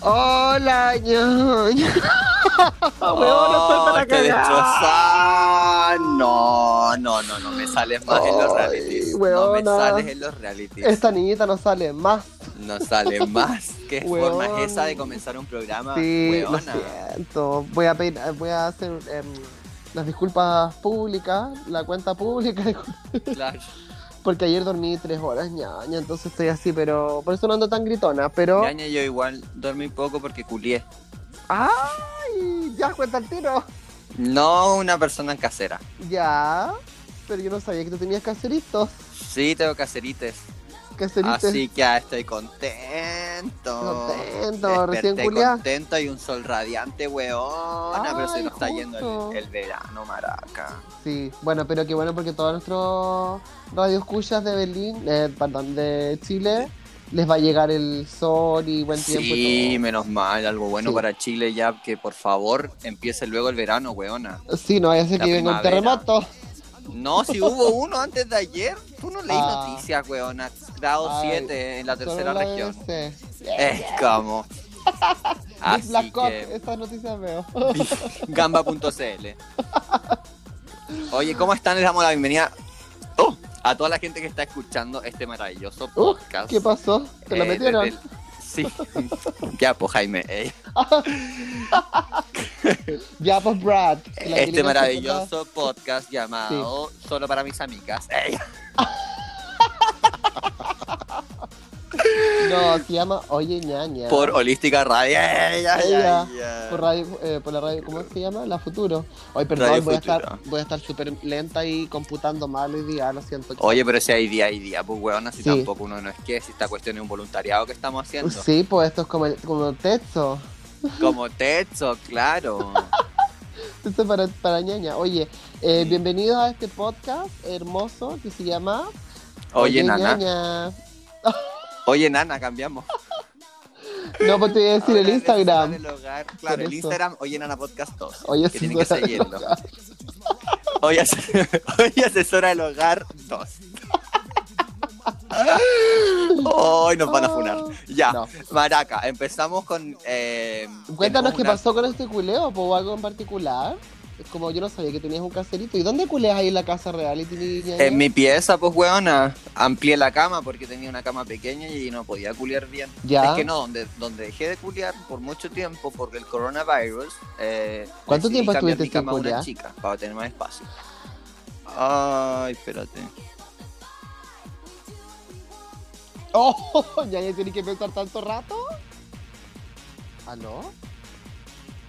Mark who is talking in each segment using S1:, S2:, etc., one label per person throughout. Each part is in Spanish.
S1: Hola, ñoño. Huevón, estoy
S2: te
S1: para cagar.
S2: destroza. No, no, no, no me sales más en los
S1: Ay,
S2: realities. No me
S1: huevona.
S2: sales en los realities.
S1: Esta niñita no sale más.
S2: No sale más. ¿Qué
S1: Huevón.
S2: forma es esa de comenzar un programa?
S1: Sí, lo
S2: Huevona.
S1: siento. Voy a, pedir, voy a hacer em, las disculpas públicas, la cuenta pública,
S2: Claro.
S1: porque ayer dormí tres horas, ñaña, entonces estoy así, pero por eso no ando tan gritona, pero...
S2: Ñaña, yo igual dormí poco porque culié.
S1: ¡Ay! Ya cuenta el tiro.
S2: No una persona casera.
S1: Ya, pero yo no sabía que tú tenías caseritos.
S2: Sí, tengo caserites.
S1: Caseritos.
S2: Así que ah, estoy contento.
S1: Contento,
S2: Desperté
S1: recién culiá.
S2: contento y un sol radiante, weón. pero se
S1: Ay,
S2: nos está yendo
S1: justo.
S2: el, el verano, maraca.
S1: Sí, bueno, pero qué bueno porque todos nuestros radioescuchas de Berlín, eh, perdón, de Chile, les va a llegar el sol y buen tiempo.
S2: Sí,
S1: y todo.
S2: menos mal, algo bueno
S1: Sí.
S2: para Chile ya, que por favor empiece luego el verano, weona.
S1: Sí, no vaya a ser
S2: La
S1: que venga un
S2: primavera.
S1: terremoto.
S2: No, si hubo uno antes de ayer, tú no leí
S1: Ah.
S2: noticias, weona. Grado
S1: Ay,
S2: 7 en la tercera
S1: Solo la
S2: región.
S1: BBC.
S2: Es como.
S1: Big
S2: Así
S1: Black Cop,
S2: que,
S1: estas noticias veo.
S2: gamba.cl. Oye, ¿cómo están? Les damos la bienvenida oh, a toda la gente que está escuchando este maravilloso
S1: Uh,
S2: podcast.
S1: ¿Qué pasó? ¿Te lo
S2: Eh,
S1: metieron?
S2: desde el- Sí. ya, pues, Jaime. eh.
S1: Ya, pues Brad. la Angélica
S2: este
S1: se
S2: maravilloso podcast llamado Solo para mis amigas. Ey,
S1: encuentra- No, se llama Oye Ñaña.
S2: Por Holística Radio. Ey, ay,
S1: Ella,
S2: ay, ay.
S1: Por radio, eh, por la radio, ¿cómo se llama? La Futuro. Hoy, perdón,
S2: Radio
S1: voy,
S2: Futuro.
S1: A estar, voy a estar súper lenta y computando mal hoy día, lo siento.
S2: Oye, pero si hay día y día, pues weón, así
S1: Sí.
S2: tampoco uno no es que, si esta cuestión es un voluntariado que estamos haciendo.
S1: Sí, pues esto es como, el- como el texto.
S2: Como texto, claro.
S1: Esto es para, para ñaña. Oye, eh,
S2: Sí.
S1: bienvenidos a este podcast hermoso que se llama
S2: Oye, nana.
S1: Ñaña.
S2: Oye, nana, cambiamos.
S1: No, pues te voy a decir el
S2: Ahora
S1: Instagram.
S2: es el hogar. Claro,
S1: Por
S2: el
S1: eso.
S2: Instagram, oye, nana podcast 2.
S1: Oye,
S2: que tienen que
S1: asesora del
S2: seguirlo.
S1: hogar.
S2: Oye, as- oye, asesora del hogar 2. Hoy nos van a funar. Ya,
S1: No.
S2: Maraca, empezamos con. eh,
S1: Cuéntanos
S2: tenemos
S1: qué
S2: una-
S1: pasó con este culeo, o algo en particular. Como yo no sabía que tenías un caserito. ¿Y dónde culeas ahí en la casa real? Y tini- ñaña?
S2: En mi pieza, pues, weona, amplié la cama porque tenía una cama pequeña y no podía culiar bien.
S1: Ya.
S2: Es que no, donde, donde dejé de culiar por mucho tiempo por el coronavirus. eh,
S1: ¿Cuánto
S2: decidí
S1: tiempo
S2: cambiar
S1: estuviste
S2: mi cama
S1: sin
S2: a una
S1: culiar?
S2: chica para tener más espacio. Ay, espérate.
S1: ¡Oh! ñaña, tienes que pensar tanto rato. ¿Aló?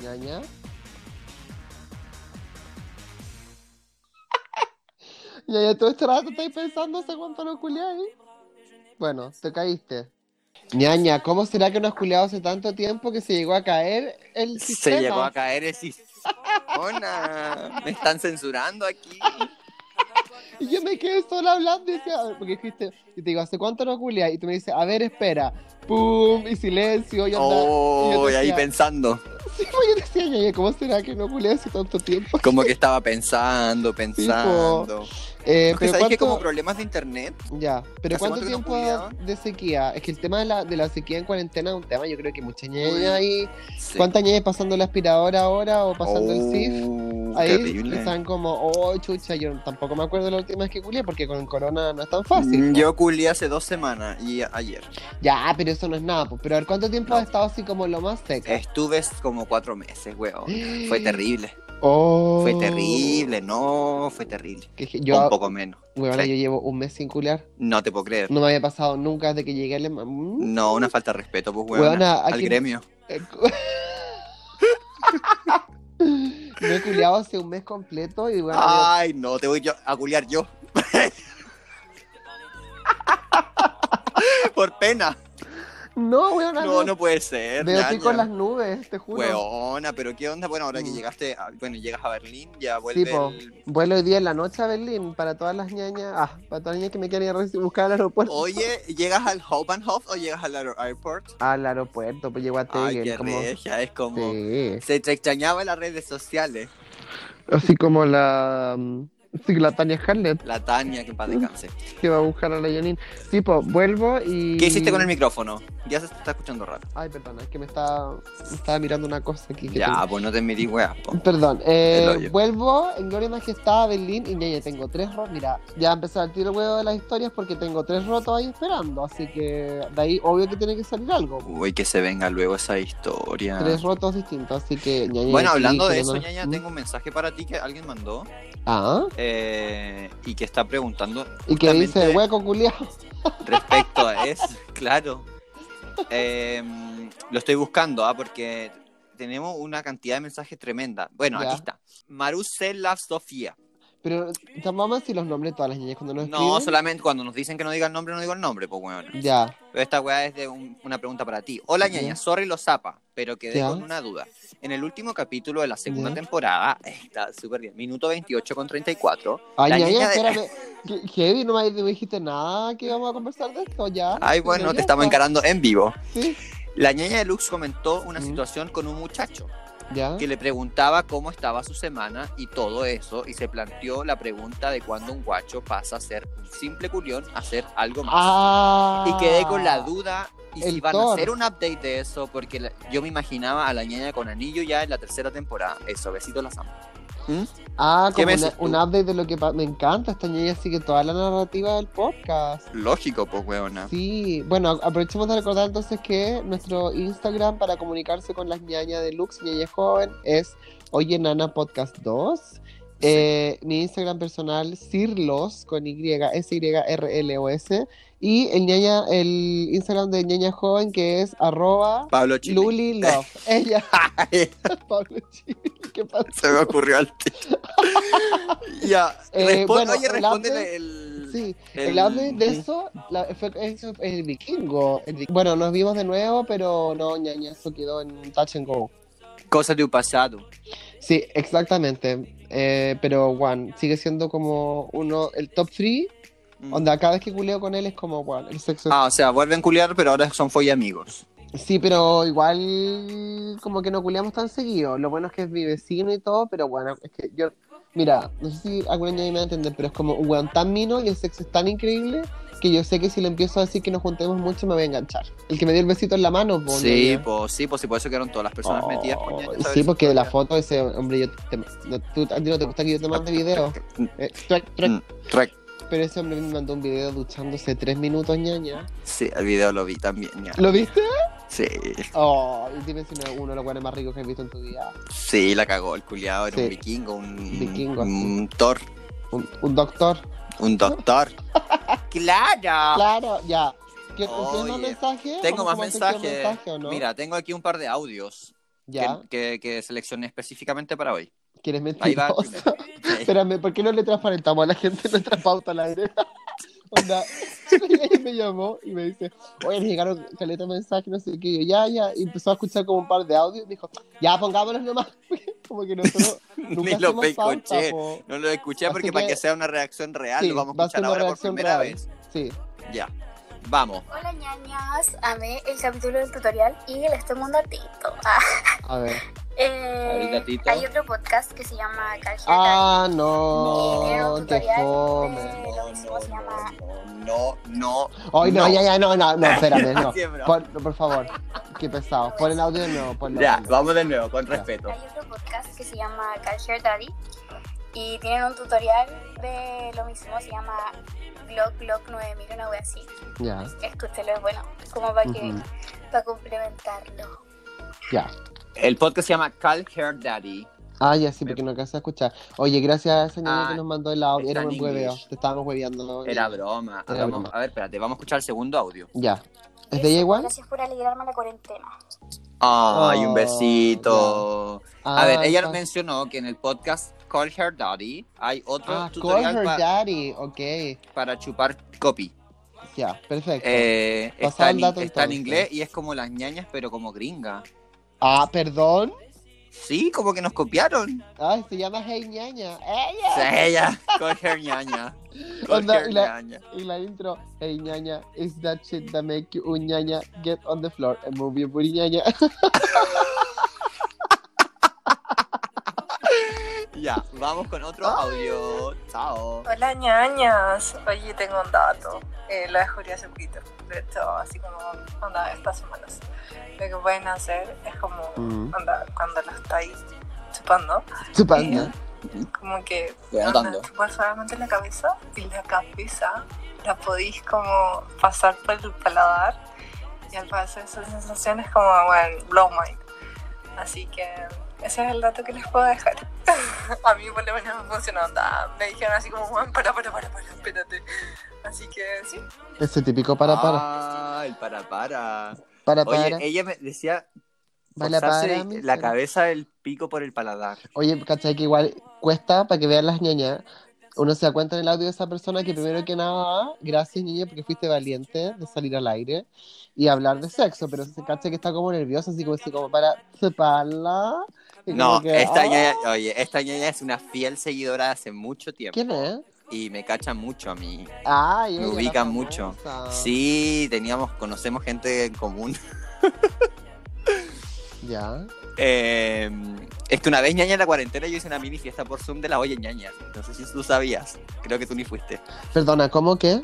S1: ñaña. ñaña, todo este rato estáis pensando hace cuánto no culiáis. Bueno, te caíste. ñaña, ¿cómo será que no has culiado hace tanto tiempo que se llegó a caer el sistema?
S2: Se llegó a caer el sis- Ona, Me están censurando aquí.
S1: Y yo me quedé sola hablando y decía, a ver, porque dijiste, y te digo, ¿hace cuánto no culiáis? Y tú me dices, a ver, espera. ¡Pum! Y silencio, y andaba.
S2: Oh,
S1: yo
S2: y
S1: decía-
S2: ahí pensando.
S1: Sí, pues yo decía, ñaña, ¿cómo será que no culé hace tanto tiempo?
S2: Como que estaba pensando, pensando.
S1: Eh,
S2: Es que
S1: pero
S2: sabéis que
S1: cuánto...
S2: como problemas de internet.
S1: Ya, pero
S2: ¿Hace
S1: ¿cuánto
S2: cuánto que no
S1: tiempo
S2: culeaba?
S1: de sequía? Es que el tema de la, de la sequía en cuarentena es un tema, yo creo que mucha ñaña ahí...
S2: Sí.
S1: ¿Cuántas ñañas pasando la aspiradora ahora o pasando el SIF?
S2: Oh,
S1: Ahí
S2: terrible.
S1: están como, oh, chucha, yo tampoco me acuerdo la última vez que culié porque con corona no es tan fácil.
S2: Mm,
S1: po.
S2: Yo culié hace dos semanas y a- ayer.
S1: Ya, pero eso no es nada, po. pero a ver, ¿cuánto tiempo
S2: No.
S1: has estado así como lo más seca?
S2: Estuve como cuatro meses, weón. Fue terrible.
S1: Oh.
S2: Fue terrible, no, fue terrible.
S1: Que je-
S2: Un
S1: yo,
S2: poco menos.
S1: huevona,
S2: tres.
S1: yo llevo un mes sin culiar.
S2: No te puedo creer.
S1: No me había pasado nunca desde que llegué a Alemania. Mm.
S2: No, una falta de respeto, pues, weón.
S1: Weona,
S2: Al
S1: aquí-
S2: gremio.
S1: No he culiado hace un mes completo y bueno,
S2: Ay, no, te voy yo a culiar yo. Por pena.
S1: veo- No, weón,
S2: No, no puede ser.
S1: Veo
S2: ñaña.
S1: pico en las nubes, te juro.
S2: Weona, pero qué onda. Bueno, ahora que
S1: Mm.
S2: llegaste, a- bueno, llegas a Berlín, ya vuelve.
S1: Sí, po.
S2: el-
S1: Vuelo hoy día en la noche a Berlín para todas las ñañas. Ah, para todas las ñañas que me quieren ir a reci- buscar al
S2: Oh.
S1: aeropuerto.
S2: Oye, ¿llegas al Hauptbahnhof o llegas al aer- airport?
S1: Al aeropuerto, pues llego a
S2: Ay,
S1: Tegel.
S2: qué
S1: como...
S2: regia, es como...
S1: Sí.
S2: Se te extrañaba en las redes sociales.
S1: Así como la. mm, Sí, la Tania Scarlett,
S2: La Tania, que en paz descanse.
S1: que va a buscar a la Janine. Sí, po, vuelvo y...
S2: ¿Qué hiciste con el micrófono? Ya se está escuchando raro.
S1: Ay, perdona, es que me estaba, me estaba mirando una cosa aquí. que
S2: Ya, pues no te metí, weá. po.
S1: tengo. Perdón, eh,
S2: El hoyo.
S1: vuelvo en Gloria y Majestad a Berlín y ya, ya tengo tres rotos. Mira, ya empezó a tiro el huevo de las historias porque tengo tres rotos ahí esperando, así que de ahí obvio que tiene que salir algo.
S2: Uy, que se venga luego esa historia.
S1: Tres rotos distintos, así que ñaña,
S2: Ah. Bueno,
S1: sí,
S2: hablando de
S1: que
S2: eso,
S1: no-
S2: ñaña, tengo un mensaje para ti que alguien mandó
S1: Ah,
S2: eh, y que está preguntando
S1: y que dice,
S2: justamente
S1: hueco culiado.
S2: respecto a eso, claro. Em, lo estoy buscando, ah, porque tenemos una cantidad de mensajes tremenda. Bueno,
S1: Ya.
S2: aquí está. Marusela Sofía.
S1: Pero llamamos si los nombres de todas las niñas cuando nos
S2: No,
S1: escriben.
S2: solamente cuando nos dicen que no diga el nombre, no digo el nombre, pues bueno.
S1: Ya,
S2: Pero esta weá es de un- una pregunta para ti. Hola
S1: Ya.
S2: ñaña, sorry lo zapa, pero quedé
S1: Ya.
S2: con una duda. En el último capítulo de la segunda
S1: Ya.
S2: temporada, está súper bien, minuto 28 con 34.
S1: Ay,
S2: La
S1: ñaña,
S2: niña de-
S1: espérame. ¿Qué- Heavy, no me no me dijiste nada que íbamos a conversar de esto, ya.
S2: Ay,
S1: Estoy
S2: bueno, te
S1: nerviosa.
S2: estamos encarando en vivo.
S1: Sí,
S2: La ñaña de Lux comentó una
S1: Mm.
S2: situación con un muchacho
S1: ya.
S2: que le preguntaba cómo estaba su semana y todo eso, y se planteó la pregunta de cuándo un guacho pasa a ser un simple culión a ser algo más.
S1: Ah.
S2: Y quedé con la duda y si
S1: el
S2: van a
S1: Thor.
S2: hacer un update de eso, porque la- yo me imaginaba a la ñaña con anillo ya en la tercera temporada. Eso, besitos las amo.
S1: Ah,
S2: ¿Qué me
S1: como una-
S2: decís tú?
S1: un update de lo que pa- me encanta. Esta ñaña sigue toda la narrativa del podcast.
S2: Lógico, pues, weona.
S1: Sí, bueno, a- aprovechemos de recordar entonces que nuestro Instagram para comunicarse con las ñañas de Lux, ñaña joven, es Oye Nana Podcast 2. Eh, mi Instagram personal, Cirlos, con Y, S-Y-R-L-O-S. Y el, ñaña, el Instagram de ñaña joven, que es arroba
S2: Pablo Chile.
S1: Luli Love. Ella, Pablo Chile, ¿qué pasa?
S2: Se me ocurrió al tiro. ya.
S1: Eh,
S2: responde-
S1: bueno,
S2: oye,
S1: el update-
S2: respóndele el.
S1: Sí, el update de eso la- fue eso, el vikingo. el vi- bueno, nos vimos de nuevo, pero no, ñaña, eso quedó en touch and go.
S2: Cosas de un pasado.
S1: Sí, exactamente. Eh, pero Juan sigue siendo como uno, el top 3.
S2: Mm.
S1: Onda, cada vez que culeo con él es como Juan, el sexo.
S2: Ah, o sea, vuelven a culiar, pero ahora son folla amigos.
S1: Sí, pero igual como que no culeamos tan seguido. Lo bueno es que es mi vecino y todo, pero bueno, es que yo, mira, no sé si alguna niña me va a entender, pero es como un weón tan mino y el sexo es tan increíble que yo sé que si le empiezo a decir que nos juntemos mucho me voy a enganchar. El que me dio el besito en la mano, po,
S2: Sí,
S1: ñaña.
S2: pues sí, pues sí, por eso quedaron todas las personas
S1: Oh,
S2: metidas con ñaña, ¿sabes?
S1: Sí, porque de la foto ese hombre, yo te, no, tú- a ti no te gusta que yo te mande video. Eh, track, track.
S2: Mm, track.
S1: Pero ese hombre me mandó un video duchándose tres minutos, ñaña.
S2: Sí, el video lo vi también, ña.
S1: ¿Lo viste?
S2: Sí,
S1: Oh, y dime si no es uno de los weones más ricos que he visto en tu vida.
S2: sí, la cagó el culiado, era un
S1: Sí.
S2: vikingo, un,
S1: Vikingo,
S2: un Thor,
S1: Un, un doctor.
S2: un doctor. ¡Claro!
S1: Claro, ya. ¿Qué, ¿Tienes más
S2: Ah. Oye,
S1: mensajes?
S2: Tengo más
S1: ¿Vamos a hacer que un
S2: mensajes.
S1: mensaje o no?
S2: Mira, tengo aquí un par de audios
S1: ya.
S2: que, que, que seleccioné específicamente para hoy.
S1: ¿Quieres
S2: Ahí va. el
S1: mentiroso?
S2: primero. Sí.
S1: Espérame, ¿por qué no le transparentamos a la gente nuestra pauta al aire? Onda, y me llamó y me dice, oye, me llegaron caleta de mensajes, no sé qué. Y yo, ya, ya. Y empezó a escuchar como un par de audios y dijo, ya, pongámoslos nomás. como que nosotros nunca
S2: Ni lo
S1: hacemos pauta,
S2: pecoché.
S1: po.
S2: No lo escuché
S1: Así
S2: porque para
S1: que-
S2: que sea una reacción real
S1: Sí,
S2: lo vamos
S1: va
S2: a
S1: a ser
S2: escuchar
S1: una
S2: ahora por
S1: reacción
S2: primera
S1: real.
S2: vez.
S1: Sí.
S2: Ya. Vamos.
S3: Hola ñañas, amé el capítulo del tutorial y les tengo un datito. Ah,
S1: A ver.
S3: eh,
S2: ¿Hay datito?
S3: hay otro podcast que se llama Calgia
S1: Ah,
S2: No,
S1: no.
S3: no,
S1: qué
S3: tutorial.
S1: fome.
S3: lo mismo se llama.
S2: no, no,
S1: Ay, no,
S2: No.
S1: ya, ya, no, no, no, espérame, no.
S2: Así es, bro.
S1: Pon- por favor, qué pesado. Pon el audio de nuevo, ponlo.
S2: Ya,
S1: ponlo.
S2: vamos de nuevo, con
S1: Ya.
S2: respeto.
S3: Hay otro podcast que se llama Calgia Daddy y tienen un tutorial de lo mismo, se llama Glock Glock 9000, una wea así.
S1: Ya,
S3: Escúchelo, es bueno, como para que
S1: Ujú.
S3: para complementarlo.
S1: ya.
S2: El podcast se llama Call Her Daddy.
S1: Ah, ya sí, porque no alcancé a escuchar. Oye, gracias a esa niña
S2: Ah,
S1: que nos mandó el audio.
S2: está
S1: Era un
S2: en
S1: hueveo.
S2: English.
S1: Te estábamos hueveando. ¿no?
S2: Era broma.
S1: Era
S2: Vamos-
S1: broma.
S2: A ver, espérate, vamos a escuchar el segundo audio.
S1: Ya. ¿Es
S3: Eso,
S1: de ella igual?
S3: Gracias por alegrarme la cuarentena.
S2: Ay,
S1: Oh,
S2: un besito.
S1: Ah,
S2: A ver, ella
S1: pa-
S2: mencionó que en el podcast Call Her Daddy hay otro
S1: Ah, call
S2: tutorial
S1: her
S2: pa-
S1: daddy. Ok.
S2: para chupar copy.
S1: Ya, perfecto.
S2: Eh,
S1: Pasado
S2: está
S1: el
S2: en,
S1: dato,
S2: está en
S1: entonces.
S2: inglés y es como las ñañas, pero como gringa.
S1: Ah, perdón.
S2: Sí, como que nos copiaron.
S1: Ay, se llama Hey Ñaña.
S2: O
S1: ¡Ella!
S2: sea, ella, Call Her ñaña. Call
S1: Onda,
S2: Her
S1: y la-
S2: ñaña.
S1: Y la intro, Hey Ñaña, is that shit that make you un Ñaña? Get on the floor and move your booty Ñaña.
S2: Ya, vamos con otro audio. Chao.
S4: Hola ñañas, oye tengo un dato, eh, lo descubrí hace poquito, de hecho así como onda estas semanas. Lo que pueden hacer es como
S1: Mm.
S4: onda cuando lo estáis chupando,
S1: Chupando.
S4: como que
S2: Estoy
S4: onda,
S2: anotando.
S4: chupar solamente la cabeza y la cabeza la podéis como pasar por el paladar y al pasar esa sensación es como, bueno, blow mind. Así que ese es el dato que les puedo dejar. A mí por lo menos me funcionó. onda, Me dijeron así como, bueno, para, para, para, para, espérate. Así que sí.
S1: Ese típico para, para.
S2: Ah, el para para.
S1: Para,
S2: Oye,
S1: para.
S2: ella me decía
S1: Para,
S2: forzarse
S1: para, mi
S2: la
S1: cielo.
S2: cabeza del pico por el paladar.
S1: Oye, ¿cachai? Que igual cuesta para que vean las ñañas. Uno se da cuenta en el audio de esa persona que primero que nada, gracias niña porque fuiste valiente de salir al aire y hablar de sexo, pero se cacha que está como nerviosa, así como, así como para separarla. y
S2: No,
S1: como que,
S2: esta
S1: ¡ah!
S2: ñaña, oye, esta ñaña es una fiel seguidora de hace mucho tiempo.
S1: ¿Quién es?
S2: Y me cacha mucho a mí.
S1: Ay,
S2: Me
S1: ella, la
S2: ubican
S1: famosa.
S2: mucho.
S1: Ah.
S2: Sí, teníamos, conocemos gente en común.
S1: Ya.
S2: Eh, es que una vez ñaña en la cuarentena yo hice una mini fiesta por Zoom de la olla ñaña. No sé si tú sabías. Creo que tú ni fuiste.
S1: Perdona, ¿cómo que?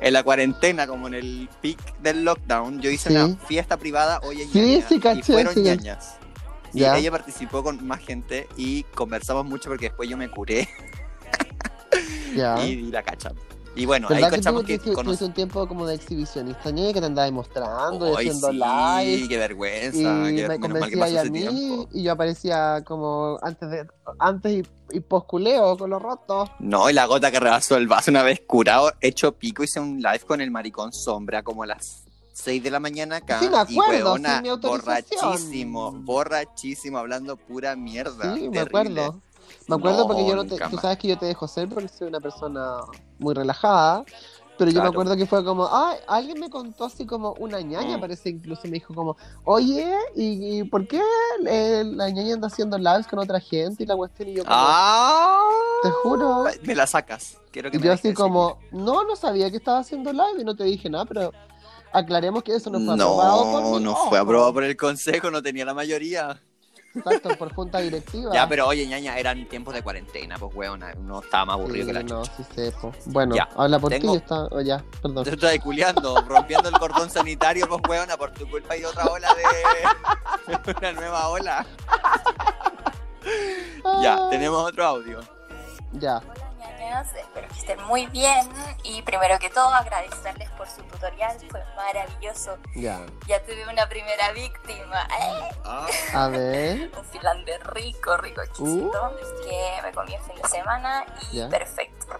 S2: En la cuarentena, como en el peak del lockdown, yo hice
S1: Sí.
S2: una fiesta privada olla
S1: Sí,
S2: ñaña.
S1: sí,
S2: y
S1: caché,
S2: fueron
S1: sí.
S2: ñañas. Y
S1: Ya.
S2: ella participó con más gente y conversamos mucho porque después yo me curé
S1: Ya.
S2: y, y la cachamos. Y bueno, ahí
S1: ¿Verdad que
S2: cachamos
S1: tú
S2: que,
S1: tuviste
S2: conocí-
S1: tuviste un tiempo como de exhibicionista, ñaña, que te andaba demostrando y
S2: Ay,
S1: haciendo
S2: sí,
S1: live?
S2: qué
S1: y
S2: vergüenza. qué-
S1: me
S2: menos mal que
S1: convencía
S2: pasó
S1: ella a
S2: ese
S1: mí
S2: tiempo.
S1: y yo aparecía como antes de antes y, y posculeo con los rotos.
S2: No, y la gota que rebasó el vaso una vez curado, hecho pico, hice un live con el maricón sombra como a las 6 de la mañana acá.
S1: Sí, me acuerdo,
S2: y huevona,
S1: sin mi autorización.
S2: borrachísimo, borrachísimo, hablando pura mierda.
S1: sí,
S2: terrible.
S1: me acuerdo. Me acuerdo
S2: No,
S1: porque yo no te,
S2: nunca
S1: tú
S2: más.
S1: sabes que yo te dejo ser porque soy una persona muy relajada. Pero yo me
S2: Claro.
S1: acuerdo que fue como, ah, alguien me contó así como una ñaña,
S2: Mm.
S1: parece incluso me dijo como, oye, ¿y, y por qué eh, la ñaña anda haciendo lives con otra gente y la cuestión? Y yo como,
S2: Ah,
S1: te juro.
S2: me la sacas. Quiero que
S1: Y
S2: me
S1: yo
S2: dejes
S1: así
S2: decir.
S1: como, no, no sabía que estaba haciendo live y no te dije nada, pero aclaremos que eso no fue aprobado por
S2: No,
S1: mi
S2: no
S1: ojo.
S2: fue aprobado por el consejo, no tenía la mayoría.
S1: Exacto, por junta directiva.
S2: Ya, pero oye, ñaña, eran tiempos de cuarentena, pues weona, uno estaba más aburrido que
S1: Sí,
S2: la
S1: no, sí sepo. Bueno,
S2: Ya,
S1: habla por ti,
S2: tengo-
S1: yo estaba... oh, ya, perdón.
S2: Te estás culiando, rompiendo el cordón sanitario, pues huevona, por tu culpa hay otra ola de. Una nueva ola. Ya, tenemos otro audio.
S1: Ah, Ya.
S5: Hola ñañas, espero que estén muy bien y primero que todo agradecerles por su tutorial, fue maravilloso.
S1: Ya.
S5: Ya tuve una primera víctima, ¡eh!
S2: Ah.
S1: A ver.
S5: un finlandés rico, rico exquisito que me comí el fin de semana y
S1: Uh. Ya.
S5: perfecto.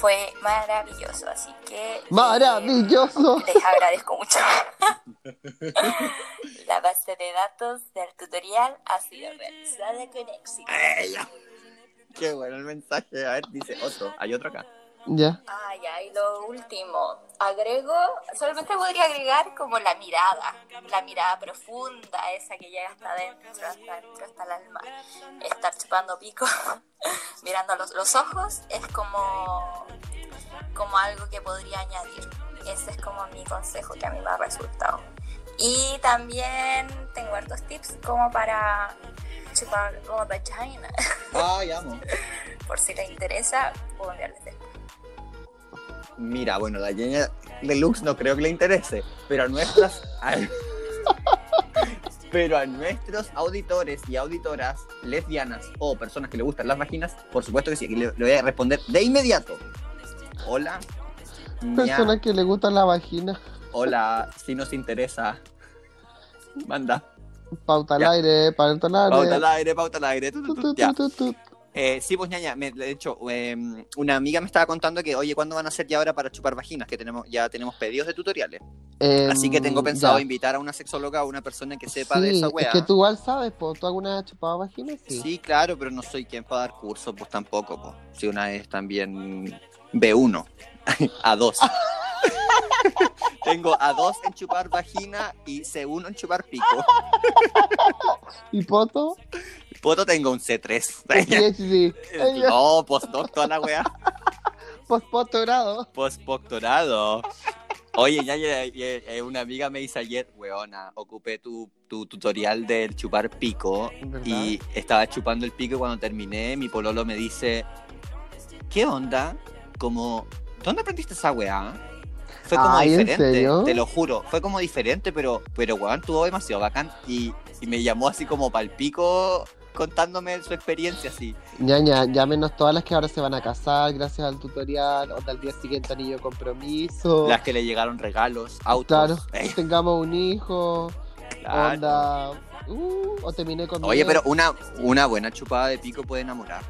S5: Fue maravilloso, así que... eh,
S1: Maravilloso.
S5: Les agradezco mucho. La base de datos del tutorial ha sido realizada con éxito.
S2: Ay, ya. Qué bueno el mensaje. A ver, dice otro. Hay otro acá.
S1: Ya.
S5: Ay, ay, lo último. Agrego, solamente podría agregar como la mirada, la mirada profunda, esa que llega hasta adentro, hasta, adentro, hasta el alma. Estar chupando pico, mirando los, los ojos, es como, como algo que podría añadir. Ese es como mi consejo que a mí me ha resultado. Y también tengo hartos tips como para chupar como vagina,
S2: Ay, amo.
S5: por si les interesa, puedo enviarles después.
S2: Mira, bueno, la Jenny Deluxe no creo que le interese, pero a nuestras. a- pero a nuestros auditores y auditoras lesbianas o personas que le gustan las vaginas, por supuesto que sí, y le, le voy a responder de inmediato. Hola. ña,
S1: Persona que le gusta la vagina.
S2: Hola, si nos interesa. Manda.
S1: Pauta al
S2: Ya.
S1: aire, pauta al aire.
S2: Pauta al aire, pauta al aire. tu, tu,
S1: Tu,
S2: tu,
S1: tu,
S2: ya.
S1: tu, tu, tu.
S2: Eh, sí, pues ñaña, me- de hecho, eh, una amiga me estaba contando que, oye, ¿cuándo van a hacer ya ahora para chupar vaginas? Que tenemos, ya tenemos pedidos de tutoriales.
S1: Em,
S2: Así que tengo pensado
S1: ya.
S2: invitar a una sexóloga o una persona que sepa de
S1: Sí,
S2: esa wea.
S1: Es que tú igual sabes, po. ¿Tú alguna vez has chupado vagina?
S2: sí. claro, pero no soy quien para dar cursos, pues tampoco, pues. Si una es también B1, A2. tengo A2 en chupar vagina y C1 en chupar pico.
S1: ¿Y poto?
S2: Poto tengo un C3.
S1: PhD.
S2: no, postdoc, toda la wea.
S1: Postpotogrado.
S2: Postdoctorado. Oye, ya, ya, ya, ya, una amiga me dice ayer, weona, ocupé tu, tu tutorial del chupar pico
S1: ¿Verdad?
S2: y estaba chupando el pico y cuando terminé, mi pololo me dice, ¿qué onda? Como, ¿dónde aprendiste esa weá? Fue como
S1: Ay, ¿en
S2: diferente,
S1: serio?
S2: te lo juro, fue como diferente, pero, pero weón, tuvo demasiado bacán y, y me llamó así como pal pico contándome su experiencia así.
S1: Ñaña, llámenos todas las que ahora se van a casar gracias al tutorial, o al día siguiente anillo de compromiso.
S2: Las que le llegaron regalos,
S1: Oh. Claro,
S2: autos. eh,
S1: tengamos un hijo,
S2: claro.
S1: onda, uh, o terminé con
S2: Oye,
S1: miedo.
S2: pero una, una buena chupada de pico puede enamorar.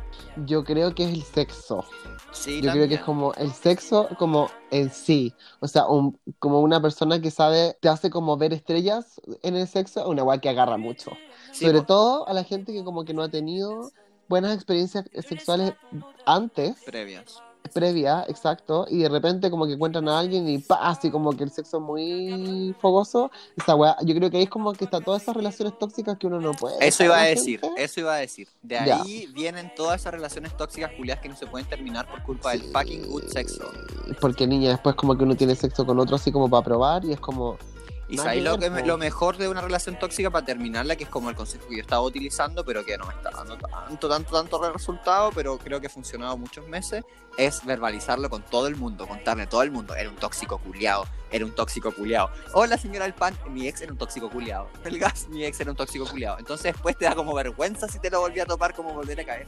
S1: Yo creo que es el sexo.
S2: Sí,
S1: Yo creo que es como el sexo como en sí. O sea, un- como una persona que sabe, te hace como ver estrellas en el sexo, una guay que agarra mucho. Sobre todo a la gente que como que no ha tenido buenas experiencias sexuales antes,
S2: previas.
S1: previa, exacto, y de repente como que encuentran a alguien y pa, así como que el sexo es muy fogoso, esa weá, yo creo que ahí es como que está todas esas relaciones tóxicas que uno no puede.
S2: Eso
S1: dejar
S2: iba a
S1: la
S2: decir,
S1: gente.
S2: eso iba a decir. De
S1: Ya.
S2: ahí vienen todas esas relaciones tóxicas culiadas que no se pueden terminar por culpa del fucking good sexo.
S1: Porque niña, después como que uno tiene sexo con otro así como para probar y es como,
S2: Y
S1: Nada
S2: ahí
S1: que
S2: lo,
S1: ver,
S2: que me-
S1: po.
S2: lo mejor de una relación tóxica para terminarla, que es como el consejo que yo estaba utilizando, pero que no me está dando tanto, tanto, tanto re- resultado, pero creo que ha funcionado muchos meses, es verbalizarlo con todo el mundo, contarle a todo el mundo, era un tóxico culiado, era un tóxico culiado. Hola señora del pan, mi ex era un tóxico culiado. El gas, mi ex era un tóxico culiado. Entonces después te da como vergüenza si te lo volví a topar, como volver a caer.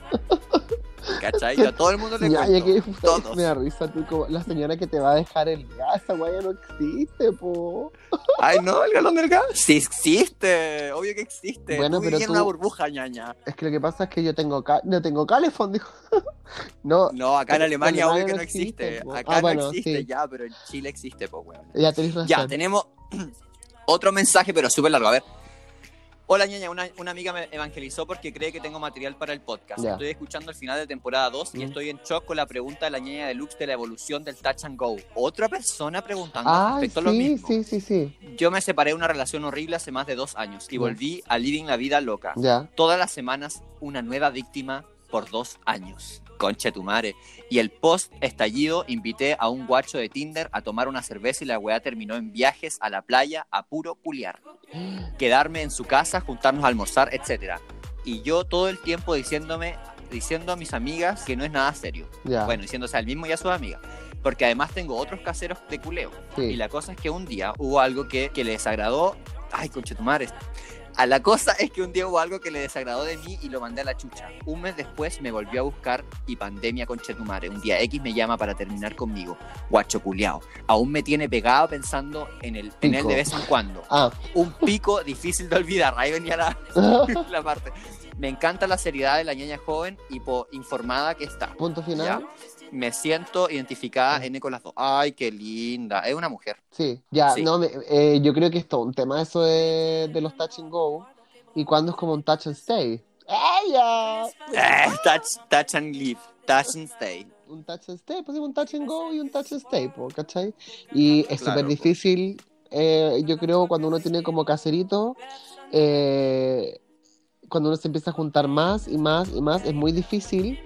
S2: ¿Cachai? Yo a todo el mundo le
S1: ya, ya
S2: cuento.
S1: que
S2: todos.
S1: me da risa tú como la señora que te va a dejar el gas, esa weá ya no existe, po.
S2: Ay, no, el galón del gas. Sí existe, obvio que existe.
S1: Bueno,
S2: Tú
S1: pero
S2: vivías en
S1: tú-
S2: una burbuja, ñaña.
S1: Es que lo que pasa es que yo tengo, ca- no tengo calefón, dijo. No,
S2: No, acá en
S1: Oh, Pero
S2: Alemania
S1: Alemania
S2: obvio que
S1: no
S2: no existe.
S1: existe, po.
S2: Acá
S1: Ah,
S2: no
S1: bueno,
S2: existe
S1: sí.
S2: ya, pero en Chile existe, pues, weón.
S1: ya tenés razón.
S2: Ya, tenemos otro mensaje, pero súper largo. A ver. Hola, ñaña. Una, una amiga me evangelizó porque cree que tengo material para el podcast.
S1: Ya.
S2: Estoy escuchando el final de temporada 2 y
S1: Mm.
S2: estoy en shock con la pregunta de la ñaña deluxe de la evolución del touch and go. Otra persona preguntando
S1: Ay,
S2: respecto a lo
S1: sí,
S2: mismo.
S1: sí, sí, sí.
S2: Yo me separé de una relación horrible hace más de dos años y
S1: Ya.
S2: volví a Living la Vida Loca.
S1: Ya.
S2: Todas las semanas una nueva víctima por dos años. Conche tu madre. Y el post estallido invité a un guacho de Tinder a tomar una cerveza y la weá terminó en viajes a la playa a puro puliar. Quedarme en su casa, juntarnos a almorzar, etc. Y yo todo el tiempo diciéndome, diciendo a mis amigas que no es nada serio.
S1: Ya.
S2: Bueno, diciéndose al mismo y a sus amigas. Porque además tengo otros caseros de culeo.
S1: sí.
S2: Y la cosa es que un día hubo algo que, que le desagradó. Ay, conchetumares. A la cosa es que un día hubo algo que le desagradó de mí y lo mandé a la chucha. Un mes después me volvió a buscar y pandemia conchetumare. Un día X me llama para terminar conmigo. Guacho culiao. Aún me tiene pegado pensando en el en él
S1: Pico.
S2: de vez en cuando.
S1: Ah.
S2: Un pico difícil de olvidar. Ahí venía la, la parte. Me encanta la seriedad de la ñaña joven y po informada que está.
S1: Punto final.
S2: Me siento
S1: Mm.
S2: identificada en Nicolás II. Ay, qué linda. Es una mujer.
S1: Sí. Ya,
S2: Sí.
S1: no, me- eh, yo creo que esto, un tema eso de, de los touch and go y cuando es como un touch and stay. ¡Ella!
S2: Eh, touch, touch and leave, touch and stay.
S1: un touch and stay, pues un touch and go y un touch and stay, po, ¿cachai? Y es
S2: Claro,
S1: súper
S2: po.
S1: difícil, eh, yo creo, cuando uno tiene como caserito, eh, cuando uno se empieza a juntar más y más y más, es muy difícil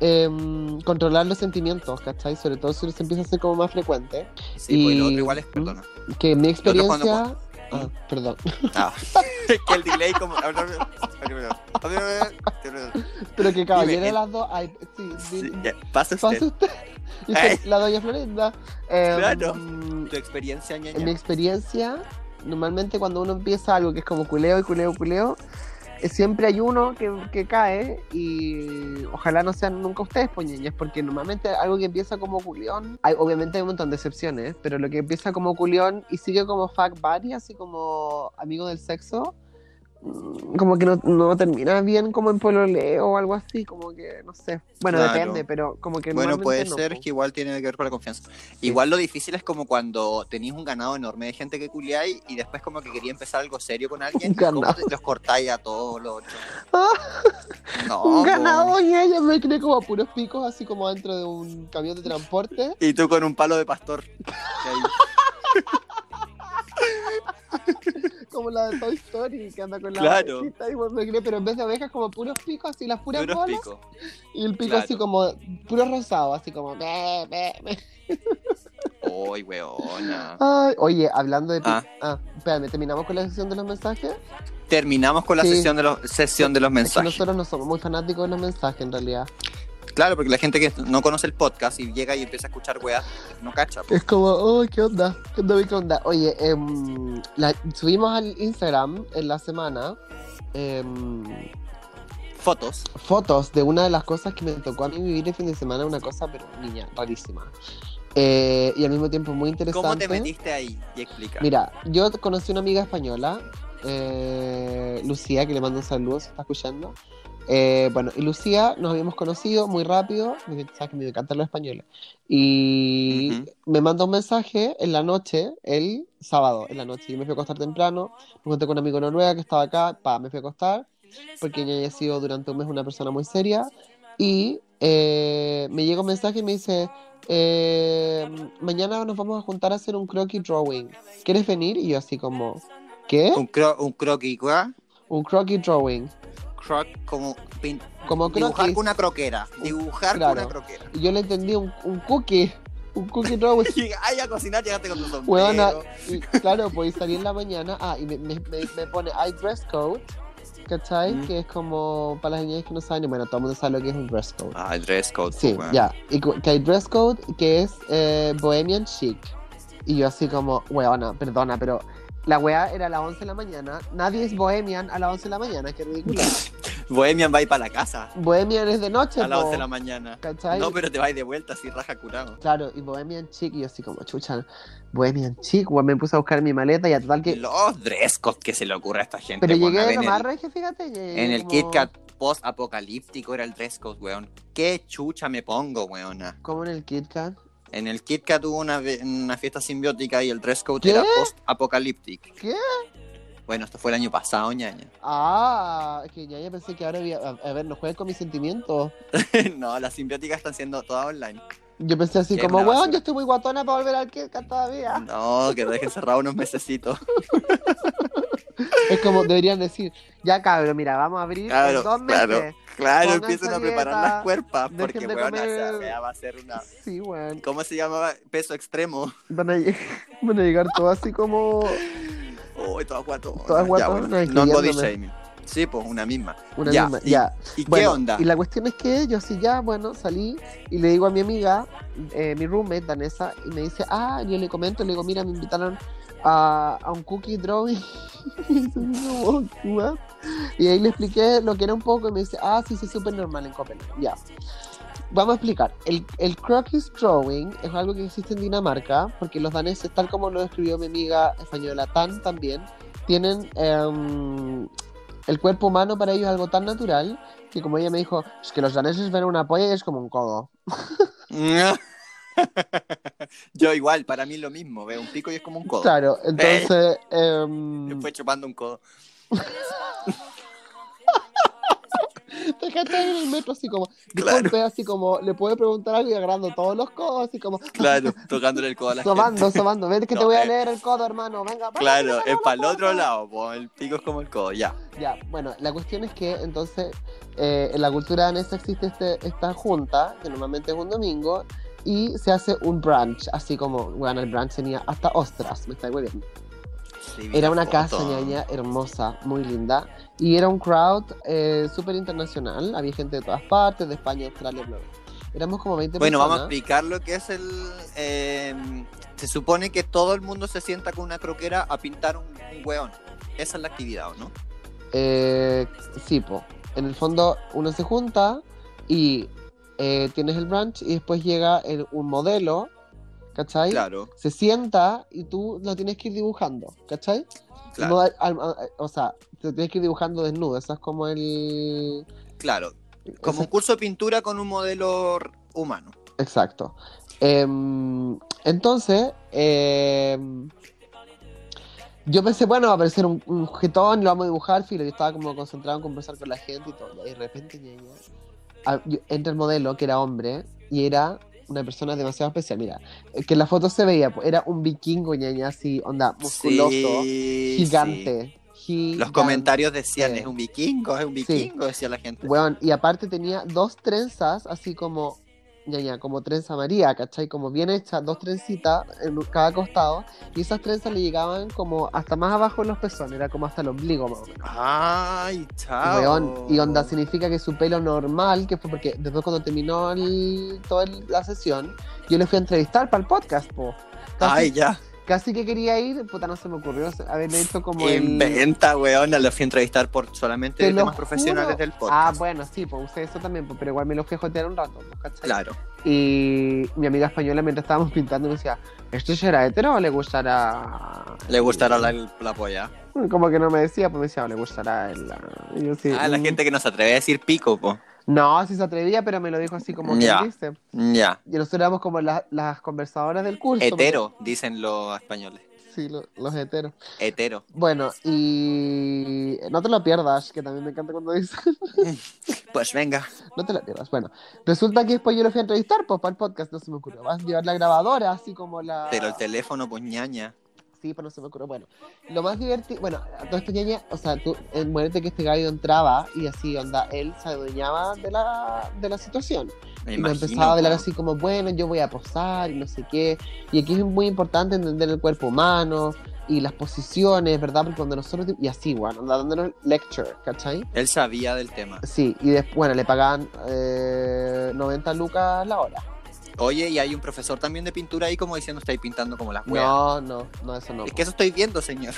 S1: em, controlar los sentimientos, ¿cachai? Sobre todo si uno se empieza a hacer como más frecuente.
S2: Sí, pues
S1: Y- ¿Mm?
S2: lo otro igual es, perdona.
S1: Que mi
S2: otro es cuando-
S1: experiencia... Ah, perdón.
S2: Ah, que el delay como... Sí,
S1: Pero que caballero
S2: Dime, eh.
S1: de las dos... Ay, sí, di-
S2: ya, Pasa
S1: pasa
S2: usted.
S1: usted. Yo
S2: Ay.
S1: soy la doña Florinda. Em,
S2: Claro. Tu experiencia, ñaña.
S1: En mi experiencia, normalmente cuando uno empieza algo que es como culeo y culeo y culeo, eh, siempre hay uno que, que cae y ojalá no sean nunca ustedes poñeñas, porque normalmente algo que empieza como culeón, hay, obviamente hay un montón de excepciones, pero lo que empieza como culeón y sigue como fuck buddy, así como amigo del sexo, mm, como que no, no termina bien como en pololeo o algo así, como que no sé. Bueno,
S2: Claro.
S1: depende, pero como que
S2: Bueno,
S1: normalmente
S2: puede
S1: no, pues.
S2: ser
S1: po.
S2: que igual tiene que ver con la confianza. Igual lo difícil es como cuando tenéis un ganado enorme de gente que culiáis y después como que quería empezar algo serio con alguien.
S1: Un ganado.
S2: ¿Cómo te- los cortáis a todos los ocho? No.
S1: Un
S2: pues.
S1: ganado y ella me cree como a puros picos, así como dentro de un camión de transporte.
S2: Y tú con un palo de pastor. Ahí.
S1: Como la de Toy Story, que anda con la
S2: Claro.
S1: ovejita, y bueno, me cree, pero en vez de ovejas, como puros picos, así las puras
S2: Duros
S1: bolas.
S2: picos.
S1: Y el pico
S2: claro.
S1: así como puro rosado, así como. "Be, be, be".
S2: Hoy, weona.
S1: Ay, oye, hablando de... pi-
S2: Ah.
S1: Ah, espérame, ¿terminamos con la sesión de los mensajes? Es
S2: Terminamos con la
S1: Sí.
S2: sesión de los, sesión de los
S1: que
S2: mensajes.
S1: nosotros no somos muy fanáticos de los mensajes, en realidad.
S2: Claro, porque la gente que no conoce el podcast y llega y empieza a escuchar weas, no cacha. po.
S1: Es como, oh, ¿qué onda? ¿Qué onda? ¿Qué onda? Oye, em, la- subimos al Instagram en la semana em,
S2: Fotos.
S1: fotos de una de las cosas que me tocó a mí vivir el fin de semana, una cosa, pero niña, rarísima. Eh, y al mismo tiempo muy interesante.
S2: ¿Cómo te metiste ahí? Y explica.
S1: Mira, yo conocí una amiga española, eh, Lucía, que le mando un saludo si está escuchando. Eh, bueno, y Lucía nos habíamos conocido muy rápido, porque sabes que me encantan los españoles. Y
S2: Ujú.
S1: me manda un mensaje en la noche, el sábado, en la noche. Yo me fui a acostar temprano, me encontré con un amigo de Noruega que estaba acá, pa, me fui a acostar, porque yo había sido durante un mes una persona muy seria. Y eh, me llega un mensaje y me dice, eh, mañana nos vamos a juntar a hacer un croquis drawing. ¿Quieres venir? Y yo así como, ¿qué?
S2: Un, cro un croquis, ¿cuá?
S1: Un croquis drawing.
S2: Croc, como pin-
S1: Como
S2: dibujar
S1: croquis.
S2: con una croquera. Dibujar
S1: claro.
S2: con una croquera.
S1: Y yo le entendí un, un cookie, un cookie drawing.
S2: Ay, a cocinar, llegaste con tu sombrero.
S1: Huevona, y claro, pues salí en la mañana, ah, y me, me- me- me pone, hay dress code, ¿cachai?
S2: Mm.
S1: Que es como para las niñas que no saben, bueno, todo el mundo sabe lo que es un dress code.
S2: Ah, el dress code.
S1: Sí,
S2: weón.
S1: ya. Y cu- que hay dress code que es eh, bohemian chic. Y yo así como, weona, perdona, pero la weá era a las 11 de la mañana. Nadie es bohemian a las 11 de la mañana, qué ridículo.
S2: Bohemian va a ir para la casa
S1: bohemian es de noche,
S2: a las
S1: po,
S2: 11 de la mañana.
S1: ¿cachai?
S2: No, pero te vais de vuelta así, raja curado.
S1: Claro, y bohemian chic, y yo así como, chucha, bohemian chic, weón, me puse a buscar mi maleta y a total que...
S2: Los dress code que se le ocurre a esta gente.
S1: Pero
S2: weón.
S1: llegué
S2: En
S1: de lo
S2: el-
S1: más regio, fíjate. llegué
S2: En el
S1: como-
S2: Kit Kat post-apocalíptico era el dress code, weón. ¿Qué chucha me pongo, weona?
S1: ¿Cómo en el Kit Kat?
S2: En el Kit Kat hubo una, ve- una fiesta simbiótica y el dress code
S1: ¿Qué?
S2: era post-apocalíptico.
S1: ¿Qué?
S2: Bueno, esto fue el año pasado, ñaña.
S1: Ah, es que ya, ya pensé que ahora había... A, a ver, no juegues con mis sentimientos.
S2: no, las simbióticas están siendo todas online.
S1: Yo pensé así
S2: Qué
S1: como,
S2: una
S1: weón,
S2: basura.
S1: yo estoy muy guatona para volver al Kit Kat todavía.
S2: No, que lo dejen cerrado unos mesecitos.
S1: Es como deberían decir, ya cabrón, mira, vamos a abrir
S2: Claro,
S1: en dos meses.
S2: claro. Claro,
S1: Pónganse
S2: empiecen a
S1: a dieta,
S2: preparar las cuerpas
S1: dejen
S2: porque,
S1: de
S2: weón,
S1: comer.
S2: esa wea va a ser una...
S1: Sí, weón.
S2: ¿Cómo se llamaba? Peso extremo.
S1: Van a, lleg- van a llegar todo así como
S2: Uy, todas cuatro.
S1: Todas guatonas,
S2: No body
S1: escribiéndome.
S2: shaming. Sí, pues una misma.
S1: una
S2: Ya,
S1: misma.
S2: y-
S1: ya.
S2: ¿Y
S1: Bueno,
S2: qué onda?
S1: Y la cuestión es que yo así ya, bueno, salí y le digo a mi amiga, eh, mi roommate, Danesa, y me dice, ah, yo le comento, le digo, mira, me invitaron a, a un cookie drawing. y, se hizo como, "What?". Y ahí le expliqué lo que era un poco y me dice, ah, sí, sí, súper normal en Copenhague. Ya. Vamos a explicar. El, el croquis drawing es algo que existe en Dinamarca, porque los daneses, tal como lo describió mi amiga española Tan también, tienen em, el cuerpo humano para ellos es algo tan natural que como ella me dijo, es que los daneses ven una polla y es como un codo.
S2: Yo igual, para mí lo mismo, veo un pico y es como un codo. Eh.
S1: Claro, entonces... em,
S2: Después chupando un codo.
S1: te cachai en el metro así como...
S2: Claro.
S1: Disculpe, así como, le puede preguntar algo y agarrando todos los codos, así como...
S2: Claro, tocándole el codo a la gente.
S1: Sobando, sobando, ven que te
S2: No,
S1: voy a
S2: eh.
S1: leer el codo, hermano, venga. pásame
S2: Claro, em.
S1: la
S2: es
S1: mano,
S2: para el otro
S1: porfa".
S2: lado, po, el pico es como el codo, ya.
S1: Ya, bueno, la cuestión es que entonces eh, en la cultura danesa existe este- esta junta, que normalmente es un domingo, y se hace un brunch, así como, bueno, el brunch tenía hasta ostras, me está volviendo.
S2: Sí, vi
S1: Era
S2: la
S1: una
S2: foto.
S1: casa ñaña hermosa, muy linda. Y era un crowd eh, súper internacional. Había gente de todas partes, de España, Australia, bla, bla. Éramos como 20
S2: Bueno, vamos a
S1: personas.
S2: explicar lo que es el... eh, se supone que todo el mundo se sienta con una croquera a pintar un, un hueón. Esa es la actividad, ¿o no?
S1: Eh, sí, po. En el fondo, uno se junta y eh, tienes el brunch y después llega el- un modelo, ¿cachai?
S2: Claro,
S1: Se sienta y tú lo tienes que ir dibujando, ¿cachai?
S2: claro,
S1: No, al- al- o sea, te tienes que ir dibujando desnudo. Eso es como el...
S2: claro.
S1: ese-
S2: Como un curso de pintura con un modelo r- humano.
S1: Exacto. Em, entonces, em, yo pensé, bueno, va a aparecer un, un jetón, lo vamos a dibujar, filo. Yo estaba como concentrado en conversar con la gente y todo. Y de repente ña, ña, a- yo- entra el modelo, que era hombre, y era una persona demasiado especial. Mira, eh, que en la foto se veía, pues, era un vikingo, ñaña, así, onda, musculoso,
S2: Sí, sí.
S1: gigante.
S2: Los
S1: gigante.
S2: comentarios decían,
S1: Sí.
S2: es un vikingo, es un
S1: Sí.
S2: vikingo, decía la gente.
S1: Weón, y aparte tenía dos trenzas, así como ya, ya, como trenza María, ¿cachai? Como bien hecha, dos trencitas en cada costado, y esas trenzas le llegaban como hasta más abajo en los pezones, era como hasta el ombligo más o menos.
S2: Ay, chao.
S1: Weón, y
S2: oh.
S1: onda significa que su pelo normal, que fue porque después cuando terminó el- toda el- la sesión, yo le fui a entrevistar para el podcast, po. Casi,
S2: Ay, ya.
S1: casi que quería ir, puta, no se me ocurrió haberle hecho como el...
S2: Inventa, weón. Lo fui a entrevistar por solamente
S1: Te lo
S2: temas
S1: juro.
S2: profesionales del
S1: Ah,
S2: podcast.
S1: bueno, sí, pues usé eso también, pues, pero igual me lo fui a jotear un rato, pues, ¿cachai?
S2: Claro.
S1: Y mi amiga española, mientras estábamos pintando, me decía, ¿esto será hetero o le gustará...?
S2: Le gustará la, la polla.
S1: Como que no me decía, pues me decía, "O le gustará el... ah". Y yo sí,
S2: Ah, la
S1: "Mm".
S2: gente que no se atreve a decir pico, po.
S1: No, sí se atrevía, pero me lo dijo así como que
S2: Ya.
S1: dice.
S2: Ya.
S1: Y nosotros éramos como la- las conversadoras del curso.
S2: Hetero, dicen los españoles.
S1: porque- Sí, lo- los heteros.
S2: Hetero.
S1: Bueno, y... No te lo pierdas, que también me encanta cuando dices...
S2: Pues venga.
S1: No te la pierdas. Bueno, resulta que después yo lo fui a entrevistar, pues para el podcast no se me ocurrió. Vas a llevar la grabadora, así como la...
S2: Pero el teléfono, pues ñaña.
S1: Sí, pero no se me ocurrió. Bueno, lo más divertido. Bueno, todo esto ñaña. O sea, tú, eh, muérete que este gallo entraba y así, onda, él se adueñaba de la, de la situación.
S2: Me
S1: y me
S2: imagino,
S1: empezaba a hablar
S2: po.
S1: así como, bueno, yo voy a posar y no sé qué. Y aquí es muy importante entender el cuerpo humano y las posiciones, ¿verdad? Porque cuando nosotros. Y así, bueno, onda, dándonos lecture, ¿cachai?
S2: Él sabía del tema.
S1: Sí, y después, bueno, le pagaban eh, 90 lucas la hora.
S2: Oye, y hay un profesor también de pintura ahí como diciendo, estáis pintando como las weas.
S1: No, no, no, eso no.
S2: es que eso estoy viendo, señor.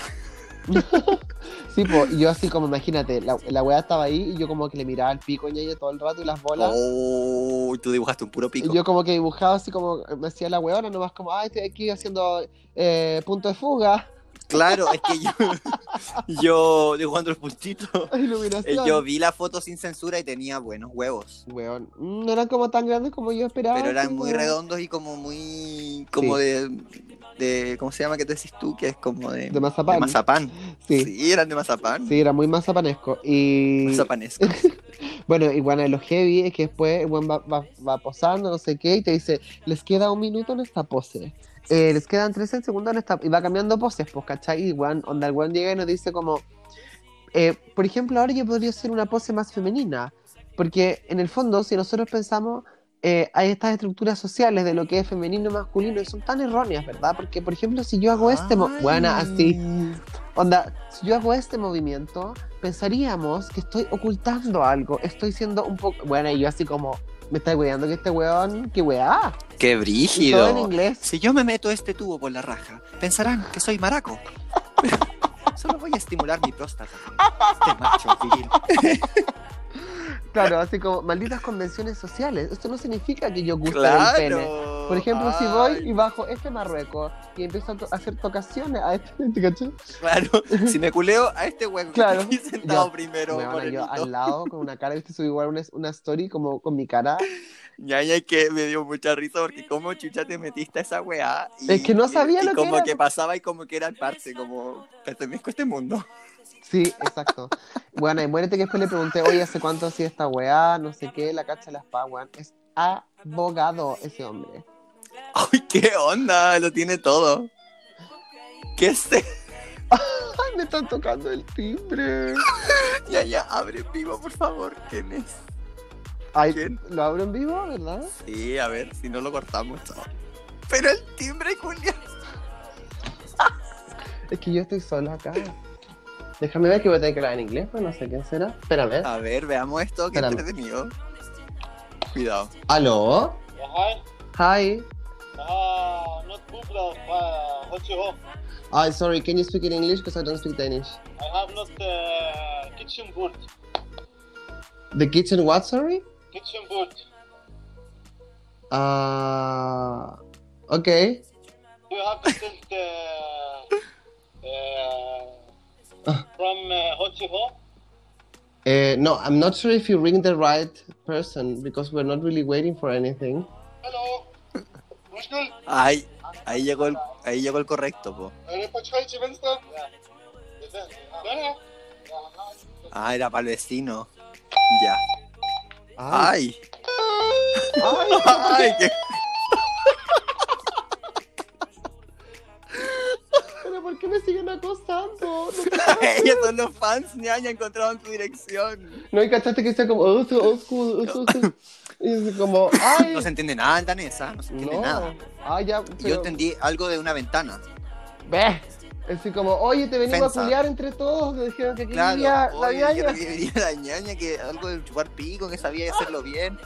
S1: Sí, po, y yo así como, imagínate, la, la weá estaba ahí y yo como que le miraba el pico ñaña todo el rato y las bolas.
S2: Oh, tú dibujaste un puro pico.
S1: Y yo como que dibujaba así como, me hacía la weona nomás como, ay, estoy aquí haciendo eh, punto de fuga,
S2: Claro, es que yo, yo dibujando los puntitos. Eh,
S1: iluminación.
S2: Yo vi la foto sin censura y tenía buenos huevos.
S1: Weón, mm, no eran como tan grandes como yo esperaba.
S2: Pero eran
S1: así
S2: muy
S1: como-
S2: redondos y como muy. como
S1: Ah, Sí.
S2: de, de. ¿Cómo se llama que te decís tú? Que es como de.
S1: De mazapán.
S2: de mazapán. Sí.
S1: Sí, sí,
S2: eran de mazapán.
S1: era muy mazapanesco. Y...
S2: Mazapanesco.
S1: Bueno, y bueno, lo heavy es que después el weón va, va- va posando, no sé qué, y te dice, les queda un minuto en esta pose. Eh, les quedan 13 segundos en esta... Y va cambiando poses, pues, ¿cachai? Y weón, onda, el weón llega y nos dice como... eh, por ejemplo, ahora yo podría hacer una pose más femenina. Porque en el fondo, si nosotros pensamos, eh, hay estas estructuras sociales de lo que es femenino y masculino y son tan erróneas, ¿verdad? Porque, por ejemplo, si yo hago este... mo-
S2: Ay.
S1: Bueno, así... Onda, si yo hago este movimiento, pensaríamos que estoy ocultando algo, estoy siendo un poco... Bueno, y yo así como, me está cuidando que este weón, que weá,
S2: Qué
S1: y todo en
S2: brígido.
S1: inglés.
S2: Si yo me meto este tubo por la raja, pensarán que soy maraco. Solo voy a estimular mi próstata. Este macho viril.
S1: Claro, así como, malditas convenciones sociales, esto no significa que yo guste del pene.
S2: Claro.
S1: Por ejemplo, si
S2: Ay,
S1: voy y bajo este marrueco y empiezo a to- a hacer tocaciones a este, ¿te cachai?
S2: Claro, si me culeo a este hueco
S1: Claro.
S2: que está aquí sentado
S1: Yo-
S2: primero,
S1: Weona, yo
S2: morenito.
S1: al lado con una cara, viste, subí igual una, una story como con mi cara.
S2: Ñaña, que me dio mucha risa porque como chucha te metiste a esa weá. Y,
S1: Es que no sabía
S2: y- y
S1: lo que
S2: como
S1: era.
S2: que pasaba y como que era parte, como pertenezco a este mundo.
S1: Sí, exacto. Bueno, y muérete que después le pregunté, oye, ¿hace cuánto hacía esta weá? No sé qué, la cacha de las paguan. Es abogado ese hombre.
S2: Ay, qué onda, lo tiene todo. ¿Qué es este?
S1: Ay, me están tocando el timbre.
S2: Ñaña, abre vivo, por favor. ¿Quién es?
S1: Ay,
S2: ¿Quién?
S1: lo abro en vivo, ¿verdad?
S2: Sí, a ver, si no lo cortamos. chao. Pero el timbre, Julia.
S1: Es que yo estoy sola acá. Déjame ver que voy a tener que hablar en inglés, pues no sé quién será. Espérame.
S2: A ver, veamos esto, que
S1: Espérame.
S2: entretenido. Cuidado.
S1: ¿Aló?
S6: Yeah, hi.
S1: Hi.
S6: Uh, not Google. Uh, what's your home?
S1: Ay, sorry, can you speak in English? Because I don't speak Danish.
S6: I have not uh, kitchen board.
S1: The kitchen what, sorry?
S6: Kitchen board.
S1: Ah... okay.
S6: Do you have distant uh, uh, from uh, what you home?
S1: Uh, no, I'm not sure if you ring the right person because we're not really waiting for anything.
S6: Hello. Mushkil.
S2: Ay, ahí llegó el, ahí llegó el correcto, po.
S6: Any potential Winston? Yeah. Is it? Yeah.
S2: Ah, era para el vecino. Ya. Ay.
S1: Ay.
S2: Ay, qué-
S1: ¿Pero por qué me siguen acostando?
S2: Ellos son los fans, ñaña, encontraron tu dirección.
S1: No, y cachaste que está como, oh, so old school, oh, so- so- Y es como, ay,
S2: No se entiende nada en danesa, no se entiende
S1: no.
S2: nada.
S1: Ah, ya,
S2: Yo
S1: pero-
S2: entendí algo de una ventana.
S1: Ve. Así como, oye, te venimos
S2: Ofensa.
S1: a culiar entre todos. Me dijeron que aquí
S2: Claro,
S1: vivía la
S2: oye, yo
S1: ñaña.
S2: creo que venía la ñaña, que algo de chupar pico, que sabía hacerlo bien.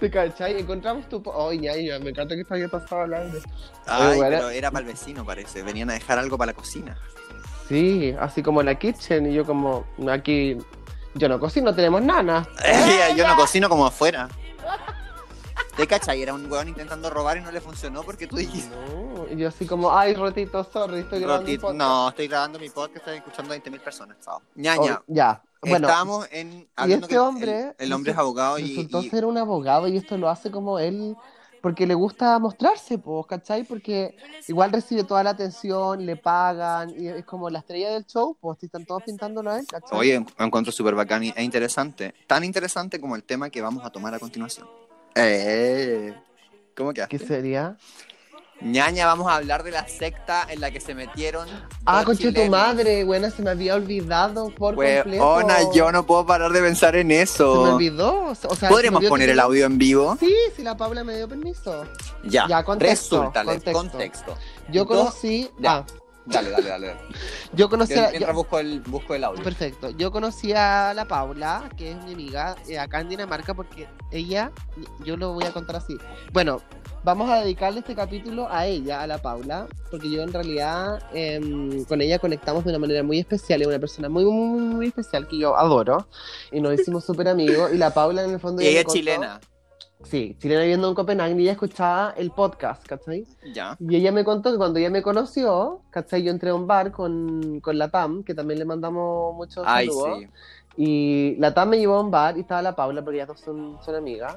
S1: ¿Te cachai? Encontramos tu. po- Ay, ñaña, me encanta que esto haya pasado hablando.
S2: Ay,
S1: bueno.
S2: pero era para el vecino, parece. Venían a dejar algo para la cocina.
S1: Sí, así como en la kitchen. Y yo, como, aquí. Yo no cocino, tenemos nana.
S2: yo no cocino como afuera. ¿Te cachai? Era un weón intentando robar y no le funcionó porque tú dijiste.
S1: No, Y yo, así como, ay, rotito, sorry, estoy grabando. un
S2: "Roti-
S1: podcast".
S2: no, estoy grabando mi podcast, estoy escuchando a 20.000 personas. Chao.
S1: Oh,
S2: Ñaña,
S1: ya. Bueno,
S2: estábamos en. hablando que
S1: este
S2: el-
S1: hombre
S2: El, el hombre es
S1: resultó-
S2: abogado y.
S1: resultó
S2: y-
S1: ser un abogado y esto lo hace como él. Porque le gusta mostrarse, pues, ¿cachai? Porque igual recibe toda la atención, le pagan, y es como la estrella del show, pues, y están todos pintándolo a él, ¿cachai?
S2: Oye, en- encuentro súper bacán y- e interesante. Tan interesante como el tema que vamos a tomar a continuación. Eh, ¿Cómo que?
S1: ¿Qué sería?
S2: Ñaña, vamos a hablar de la secta en la que se metieron.
S1: Ah,
S2: dos
S1: conche tu
S2: chilenos.
S1: madre, buena, se me había olvidado por completo.
S2: Weona, yo no puedo parar de pensar en
S1: Se me
S2: eso.
S1: olvidó. O sea, se me
S2: ¿Podremos
S1: olvidó
S2: poner
S1: que-
S2: el audio en vivo?
S1: Sí, sí, la Paula me dio permiso.
S2: Ya.
S1: Ya, contexto,
S2: Resúltale,
S1: contexto.
S2: contexto.
S1: Yo
S2: Dos-
S1: conocí.
S2: ya.
S1: Ah,
S2: Dale, dale, dale. dale.
S1: yo conocí.
S2: Yo
S1: a-
S2: mientras
S1: yo-
S2: busco el, busco el audio.
S1: Perfecto. Yo conocí a la Paula, que es mi amiga, eh, acá en Dinamarca, porque ella, yo lo voy a contar así. Bueno, vamos a dedicarle este capítulo a ella, a la Paula, porque yo en realidad em, con ella conectamos de una manera muy especial. Es una persona muy, muy, muy, muy especial que yo adoro. Y nos hicimos súper amigos. Y la Paula, en el fondo.
S2: Y
S1: ella
S2: ella
S1: me
S2: es
S1: contó-
S2: chilena.
S1: Sí, chilena viviendo en Copenhague y ella escuchaba el podcast, ¿cachai?
S2: Ya.
S1: Y ella me contó que cuando ella me conoció, ¿cachai? Yo entré a un bar con, con la Tam, que también le mandamos muchos
S2: Ay,
S1: saludos.
S2: sí.
S1: Y la Tam me llevó a un bar y estaba la Paula, porque ellas dos son, son amigas.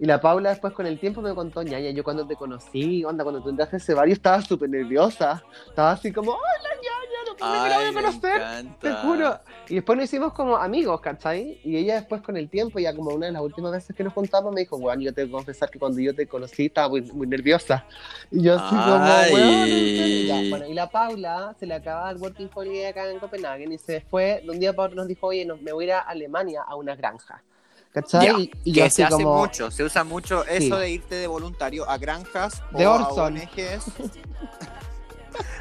S1: Y la Paula después con el tiempo me contó, ñaña, yo cuando te conocí, onda, cuando tú entraste a ese bar, yo estaba súper nerviosa. Estaba así como, hola, ñaña, no pensé que la
S2: Ay,
S1: voy a
S2: me
S1: conocer.
S2: encanta.
S1: Te juro. Y después nos hicimos como amigos, ¿cachai? Y ella después con el tiempo, ya como una de las últimas veces que nos juntamos, me dijo, weón, yo tengo que confesar que cuando yo te conocí estaba muy, muy nerviosa. Y yo así
S2: Ay.
S1: como, weón. ¿en serio?". Ya, Bueno, y la Paula se le acaba el working holiday acá en Copenhague y se fue, de un día para otro nos dijo, oye, no, me voy a ir a Alemania a una granja. ¿Cachai?
S2: Ya,
S1: y, y yo
S2: que
S1: así
S2: se hace
S1: como,
S2: mucho, se usa mucho eso
S1: Sí.
S2: de irte de voluntario a granjas
S1: De
S2: o a
S1: Orson.
S2: ONGs.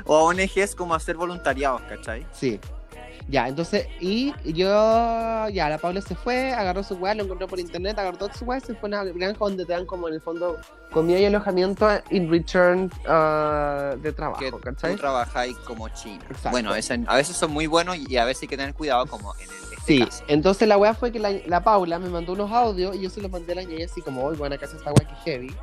S2: o a ONGs como hacer voluntariados, ¿cachai?
S1: Sí. Ya, entonces, y yo, ya, la Paula se fue, agarró su weá, lo encontró por internet, agarró todo su weá, se fue a una granja donde te dan como en el fondo comida y alojamiento in return ah, de trabajo,
S2: Que
S1: ¿cachai?
S2: tú trabajáis como china.
S1: Exacto.
S2: Bueno, a veces, a veces son muy buenos y a veces hay que tener cuidado como en el, este
S1: Sí,
S2: caso.
S1: entonces la weá fue que la, la Paula me mandó unos audios y yo se los mandé a la ñaña así como, hoy bueno, acá se está weá que heavy.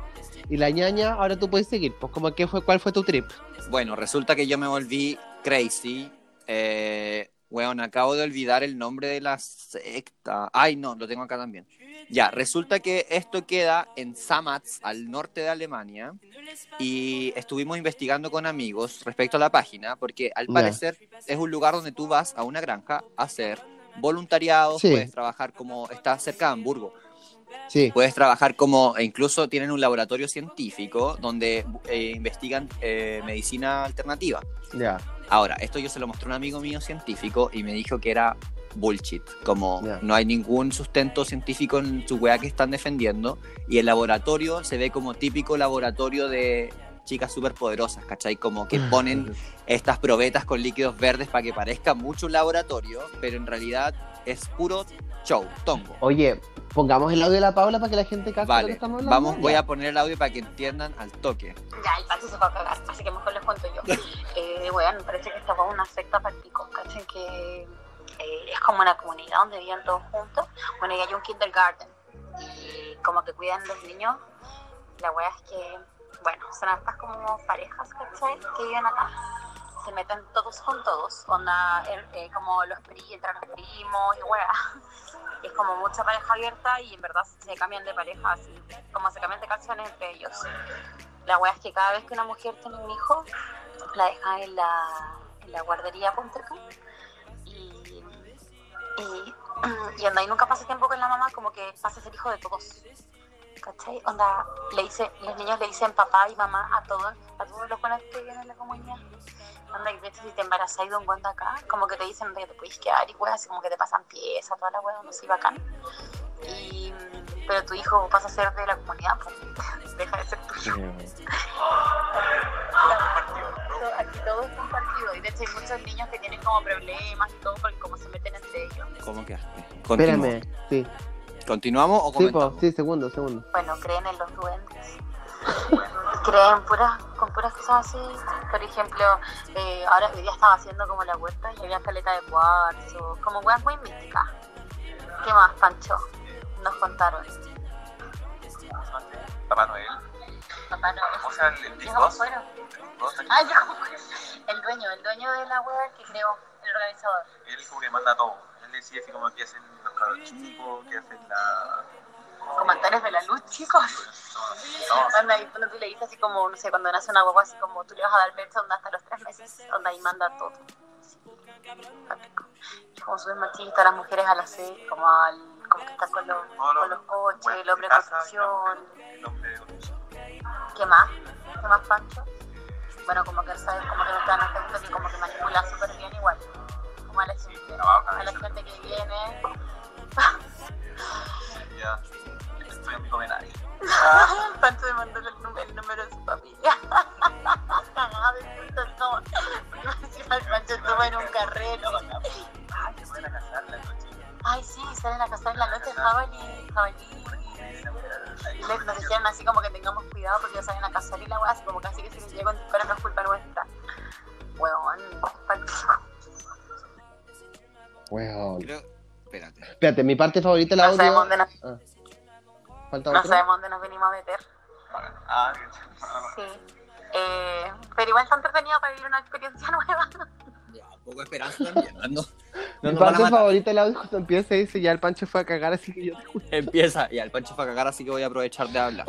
S1: Y la ñaña, ahora tú puedes seguir, pues como que fue, ¿cuál fue tu trip?
S2: Bueno, resulta que yo me volví crazy. Eh, weón, acabo de olvidar el nombre de la secta. Ay, no, lo tengo acá también. Ya, resulta que esto queda en Samatz, al norte de Alemania. Y estuvimos investigando con amigos respecto a la página, porque al
S1: Ya.
S2: parecer es un lugar donde tú vas a una granja a hacer voluntariado,
S1: Sí.
S2: puedes trabajar como está cerca de Hamburgo.
S1: Sí.
S2: Puedes trabajar como, e incluso tienen un laboratorio científico donde eh, investigan eh, medicina alternativa.
S1: Ya,
S2: Ahora, esto yo se lo mostré a un amigo mío científico y me dijo que era bullshit, como
S1: Ya.
S2: no hay ningún sustento científico en su weá que están defendiendo y el laboratorio se ve como típico laboratorio de chicas superpoderosas, ¿cachai? Como
S1: Ah,
S2: que ponen estas probetas con líquidos verdes para que parezca mucho un laboratorio, pero en realidad es puro show, tongo.
S1: Oye, pongamos el audio de la Paula para que la gente cache lo que
S2: Vale,
S1: estamos hablando.
S2: vamos, voy
S1: Ya.
S2: a poner el audio para que entiendan al toque.
S3: Ya, el Pato se fue a cagar, así que mejor les cuento yo. Eh, weón, me parece que esta fue una secta para el pico, ¿cachan? Que eh, es como una comunidad donde viven todos juntos. Bueno, y hay un kindergarten, y como que cuidan los niños. La wea es que, bueno, son estas como parejas, ¿cachai? Que viven acá. Se meten todos con todos, onda, er- eh, como los pri, entran los primos y wea. Y es como mucha pareja abierta y en verdad se cambian de pareja, así como se cambian de canciones entre ellos. La wea es que cada vez que una mujer tiene un hijo, la deja en la, en la guardería ponte tú, y, y, y onda, y nunca pasa tiempo con la mamá, como que pasa a ser hijo de todos. ¿Cachai? Onda, le dice, los niños le dicen papá y mamá a todos, a todos los buenos que vienen en la comunidad. Onda, y de hecho, si te embarazas de un buen de acá, como que te dicen, "Onda, que te puedes quedar y weas, así como que te pasan piezas, toda la wea, no sé, bacán. Y, mm, pero tu hijo pasa a ser de la comunidad, pues, deja de ser tuyo. Todo- Aquí todo es compartido y de hecho hay muchos niños que tienen como problemas y todo porque como se meten entre ellos.
S2: ¿Cómo quedaste?
S1: Espérame,
S2: Continu-
S1: sí.
S2: ¿Continuamos o
S1: Sí, pues, po,
S2: comentamos?
S1: sí, segundo, segundo.
S3: Bueno, creen en los duendes. creen puras, con puras cosas así. Por ejemplo, eh, ahora hoy día estaba haciendo como la huerta y había caleta de cuarzo. Como weas muy místicas. ¿Qué más, Pancho? Nos contaron.
S7: Papá Noel.
S3: Papá no.
S7: O sea, el Big
S3: Viejo
S7: Boss.
S3: Pascuero.
S7: Boss, él
S3: Ah, viejo Pascuero. El dueño, el dueño de la web que creó, el organizador.
S7: como que manda todo. Él decide así como que hacen los cabros chicos, que hacen la...
S3: Comandantes de la luz, chicos. Anda, y cuando tú le dices así como, no sé, cuando nace una guagua, así como tú le vas a dar pecho, onda hasta los tres meses, onda ahí manda todo. Así, al pico. Es como súper machista, las mujeres al hacer, como al como que está con los, con los coches, el hombre con función.
S7: El hombre de construcción.
S3: ¿Qué más? ¿Qué más, Pancho? Bueno, como que sabes, como que no te dan este gusto, que como que manipula súper bien igual. Como a la
S7: Sí,
S3: gente,
S7: trabaja,
S3: a la
S7: eso.
S3: gente que viene.
S7: Ya. Estoy en mi homenaje.
S3: Pancho me mandó el, nú- el número de su familia. Cagado, insulto, no. Encima el Pancho estuvo en un carrete.
S7: Ay, se pueden a casar la noche.
S3: Ay, sí, salen a cazar en la noche jabalí, jabalí. Y les- nos dijeron así como que tengamos cuidado porque ellos salen a cazar y la weá, así como casi que si les llega un disparo no es culpa nuestra. Weón, Pancho.
S1: Weón.
S2: Creo... Espérate.
S1: Espérate, mi parte favorita la
S3: No
S1: audio.
S3: sabemos dónde nos,
S1: Falta
S3: no
S1: otro.
S3: sabemos dónde nos venimos a meter.
S7: Ah, qué chulo.
S3: Sí. Eh, pero igual está entretenido para vivir una experiencia nueva.
S2: Ya, poco esperanza también. ¿no?
S1: mi
S2: nos van a
S1: parte
S2: matar.
S1: favorita la audio cuando empieza y dice ya el Pancho fue a cagar, así que yo te juro.
S2: Empieza. Ya, el Pancho fue a cagar, así que voy a aprovechar de hablar.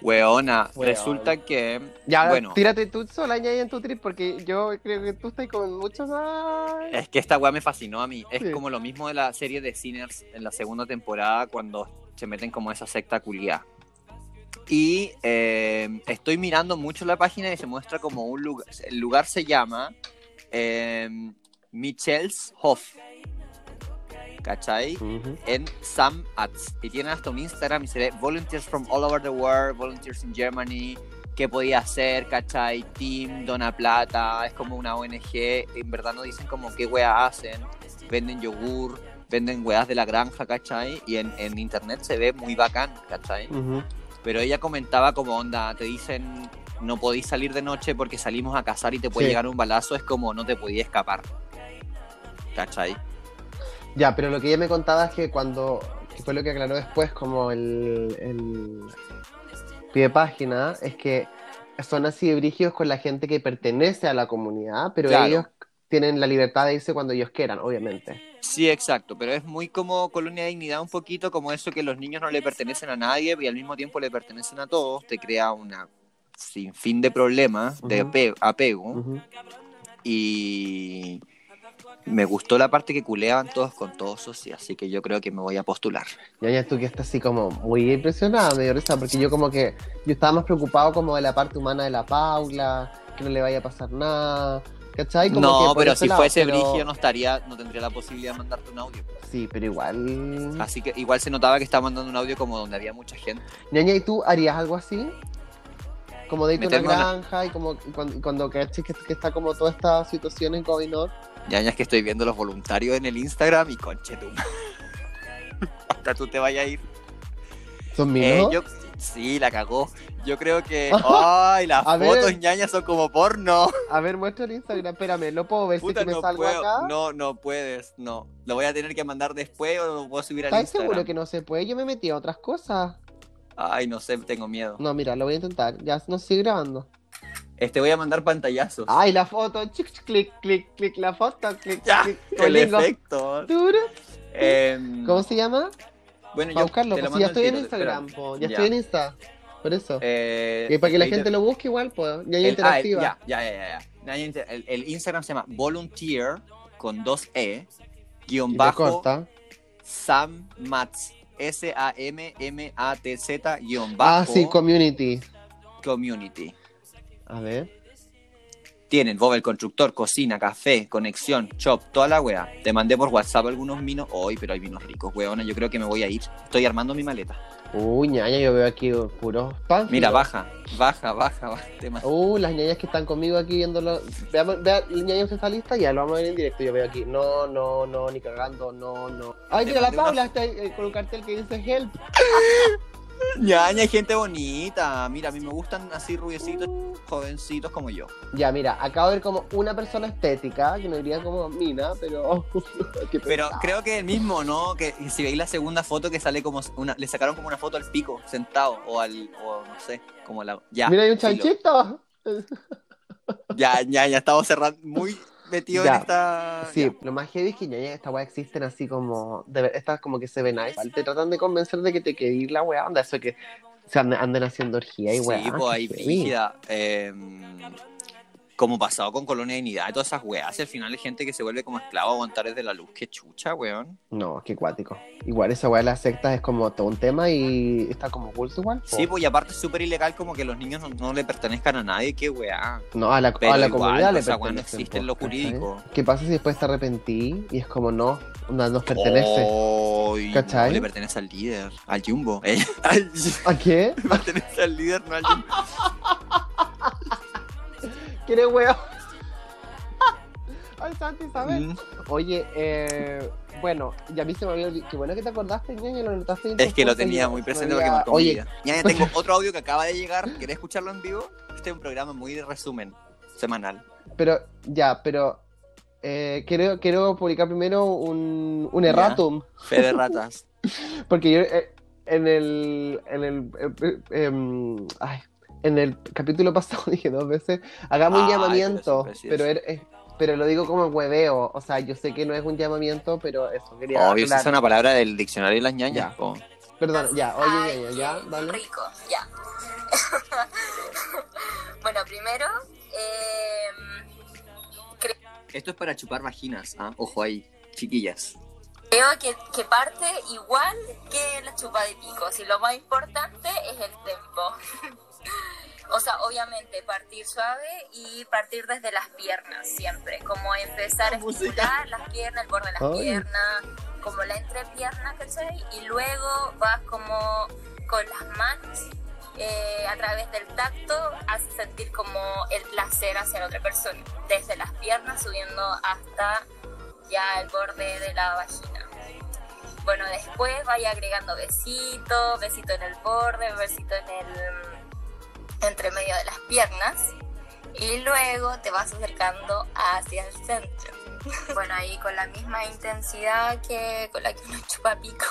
S2: Weona,
S1: Weón.
S2: resulta que...
S1: Ya, ahora
S2: bueno,
S1: tírate tú sola y ahí en tu trip, porque yo creo que tú estás con mucho más.
S2: es que esta weá me fascinó a mí. Es
S1: Sí.
S2: como lo mismo de la serie de Sinners en la segunda temporada cuando se meten como a esa secta culiada. Y eh, estoy mirando mucho la página y se muestra como un lugar... El lugar se llama eh, Michel's Hof. ¿Cachai? en Sam Ads. Y tienen hasta un Instagram y se ve Volunteers from all over the world, Volunteers in Germany, qué podía hacer, ¿cachai? Team, Dona Plata, es como una ONG. En verdad no dicen como qué wea hacen, venden yogur, venden weas de la granja, ¿cachai? Y en, en internet se ve muy bacán, ¿cachai?
S1: Ujú.
S2: Pero ella comentaba como onda, te dicen no podéis salir de noche porque salimos a cazar y te puede
S1: Sí.
S2: llegar un balazo, es como no te podías escapar. ¿Cachai?
S1: Ya, pero lo que ella me contaba es que cuando, que fue lo que aclaró después como el, el pie de página, es que son así de brígidos con la gente que pertenece a la comunidad, pero
S2: Claro.
S1: ellos tienen la libertad de irse cuando ellos quieran, obviamente.
S2: Sí, exacto, pero es muy como Colonia de Dignidad, un poquito como eso que los niños no le pertenecen a nadie y al mismo tiempo le pertenecen a todos, te crea una sinfín de problemas, de
S1: Ujú.
S2: ape- apego,
S1: Ujú.
S2: y me gustó la parte que culeaban todos con todos, o sea, así que yo creo que me voy a postular.
S1: Y ahí tú que estás así como muy impresionada, me dio risa, porque yo como que, yo estaba más preocupado como de la parte humana de la Paula, que no le vaya a pasar nada, ¿cachai? Como que
S2: no,
S1: por
S2: pero
S1: ese
S2: si
S1: lado,
S2: fuese
S1: pero-
S2: Brigio no estaría, no tendría la posibilidad de mandarte un audio.
S1: Sí, pero igual...
S2: Así que igual se notaba que estaba mandando un audio como donde había mucha gente.
S1: Ñaña, ¿y tú harías algo así? Como de irte a una
S2: Meterme a una-
S1: granja y como y cuando, y cuando caches que, que está como toda esta situación en COVID, ¿no?
S2: Ya, ya es que estoy viendo los voluntarios en el Instagram y conche tú. Hasta tú te vayas a ir.
S1: ¿Son
S2: Eh,
S1: míos?
S2: yo- sí, la cagó. Yo creo que. ¡Ay! Las
S1: A ver.
S2: fotos ñañas son como porno.
S1: A ver, muestra el Instagram, espérame, ¿lo puedo ver si es
S2: Puta,
S1: que me
S2: no
S1: salgo
S2: puedo.
S1: acá?
S2: No, no puedes. No. Lo voy a tener que mandar después o lo puedo subir al
S1: ¿Estás
S2: Instagram.
S1: seguro que no se puede? Yo me metí a otras cosas.
S2: Ay, no sé, tengo miedo.
S1: No, mira, lo voy a intentar. Ya no sigue grabando.
S2: Este voy a mandar pantallazos.
S1: ¡Ay, la foto! Chic, chic, clic, clic, clic, la foto, clic,
S2: Ya,
S1: clic.
S2: el
S1: Domingo.
S2: efecto.
S1: Turu.
S2: Em,
S1: ¿Cómo se llama?
S2: Bueno,
S1: Para
S2: yo
S1: buscarlo,
S2: te lo
S1: pues
S2: mando
S1: si ya
S2: al
S1: estoy en
S2: tiro,
S1: Instagram,
S2: espérate.
S1: po, ya,
S2: Ya.
S1: estoy en Insta. Por eso.
S2: Eh,
S1: y para que la
S2: estoy de-
S1: gente lo busque igual, pues. Ñaña
S2: El- ah,
S1: interactiva.
S2: el- ya, ya, ya, ya. Nadie inter- El, el Instagram se llama Volunteer con dos E
S1: Y
S2: guión
S1: te
S2: bajo
S1: corta.
S2: Sam Matz. S-A-M-M-A-T-Z guión
S1: Ah,
S2: bajo
S1: sí, community.
S2: community.
S1: A ver.
S2: Tienen Bob el Constructor, cocina, café, conexión, shop, toda la weá. Te mandé por WhatsApp algunos vinos hoy, pero hay vinos ricos, weona. Yo creo que me voy a ir. Estoy armando mi maleta.
S1: Uy, ñaña, yo veo aquí puros pan.
S2: Mira, baja, baja, baja, baja. Te ma-
S1: Uh, las ñañas que están conmigo aquí viéndolo. Veamos, vea, ñaña, usted está lista, ya lo vamos a ver en directo. Yo veo aquí. No, no, no, ni cagando, no, no. Ay,
S2: Te
S1: mira, la
S2: mandé una-
S1: Paula está eh, con un cartel que dice help.
S2: Ñaña, hay gente bonita. Mira, a mí me gustan así rubiecitos, jovencitos como yo.
S1: Ya, mira, acabo de ver como una persona estética, que no diría como mina, pero. qué
S2: Pero
S1: pesado.
S2: creo que el mismo, ¿no? Que si veis la segunda foto que sale como una, le sacaron como una foto al pico, sentado, o al, o no sé, como la. Ya.
S1: Mira, hay un
S2: filo.
S1: chanchito.
S2: Ya, ya, ya estamos cerrando muy metidos
S1: Ya.
S2: en esta.
S1: Sí, lo más heavy es que ñaña, esta weá existen así como. De ver- estas como que se ven ahí. Te tratan de convencer de que te querís la weá. Onda, eso que se anden, anden haciendo orgía y weá.
S2: Sí, pues ahí
S1: qué heavy.
S2: brígida. eh, como pasado con Colonia de Dignidad y todas esas weas. y Al final hay gente que se vuelve como esclavo a aguantar desde la luz. Qué chucha, weón.
S1: No, qué cuático. Igual esa weá de las sectas es como todo un tema y está como oculto igual. po.
S2: Sí, pues y aparte es súper ilegal como que los niños no, no le pertenezcan a nadie. Qué weá.
S1: No, a la,
S2: Pero
S1: a la
S2: igual, pues,
S1: comunidad le
S2: esa weá no
S1: pertenecen,
S2: existe en
S1: po,
S2: lo
S1: ¿cachai?
S2: jurídico.
S1: ¿Qué pasa si después te arrepentí y es como no, no
S2: Oh.
S1: nos pertenece?
S2: Ay, no,
S1: ¿Cachai?
S2: le pertenece al líder, al Jumbo. Eh, al-
S1: ¿A qué?
S2: le pertenece al líder, no al Jumbo.
S1: ¿Quién es weón? Ay, Santi, ¿sabes?
S2: Mm.
S1: Oye, eh, bueno, y a mí se me había olvidado. Qué bueno que te acordaste, ñaña, lo notaste. en
S2: Es
S1: tus
S2: que lo
S1: cosas y
S2: tenía
S1: yo-
S2: muy
S1: se me
S2: presente porque
S1: había-
S2: marcó mi
S1: Oye,
S2: vida. Ya tengo otro audio que acaba de llegar. ¿Querés escucharlo en vivo? Este es un programa muy de resumen semanal.
S1: pero ya, pero eh, quiero, quiero publicar primero un, un
S2: Ya.
S1: erratum.
S2: Fe de ratas.
S1: Porque yo eh, en el. En el. eh, eh, em, ay, en el capítulo pasado dije dos veces, hagamos un
S2: Ay,
S1: llamamiento,
S2: pero sí, pero
S1: pero,
S2: sí
S1: er- eh, pero lo digo como hueveo, o sea, yo sé que no es un llamamiento, pero eso quería
S2: Obvio, esa es
S1: aclarar.
S2: una palabra del diccionario de las ñañas.
S1: Ya.
S2: po.
S1: Perdón, ya, oye,
S3: Ay,
S1: ya, ya,
S3: qué
S1: ya, dale.
S3: Rico, ya. bueno, primero, eh,
S2: Esto es para chupar vaginas. ¿ah? Ojo ahí, chiquillas.
S3: creo que, que parte igual que la chupa de picos y lo más importante es el tempo. o sea, obviamente partir suave y partir desde las piernas siempre, como empezar a estimular las piernas, el borde de las
S1: Ay.
S3: piernas, como la entrepierna, ¿cachai? Y luego vas como con las manos eh, a través del tacto hace sentir como el placer hacia la otra persona, desde las piernas subiendo hasta ya el borde de la vagina. Bueno, después vaya agregando besito, besito en el borde, besito en el mm, entre medio de las piernas y luego te vas acercando hacia el centro. Bueno, ahí con la misma intensidad que con la que uno chupa pico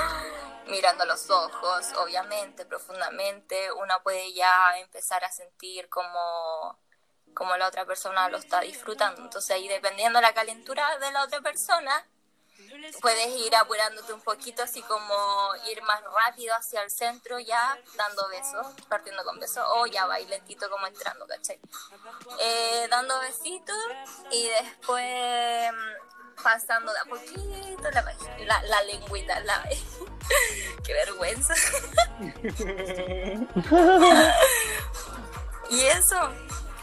S3: mirando los ojos, obviamente, profundamente, uno puede ya empezar a sentir como, como la otra persona lo está disfrutando. Entonces ahí dependiendo de la calentura de la otra persona, puedes ir apurándote un poquito, así como ir más rápido hacia el centro ya, dando besos, partiendo con besos, o ya va ahí lentito como entrando, ¿cachai? Eh, dando besitos y después mm, pasando de a poquito la, vagi- la, la lengüita, la, qué vergüenza. y eso,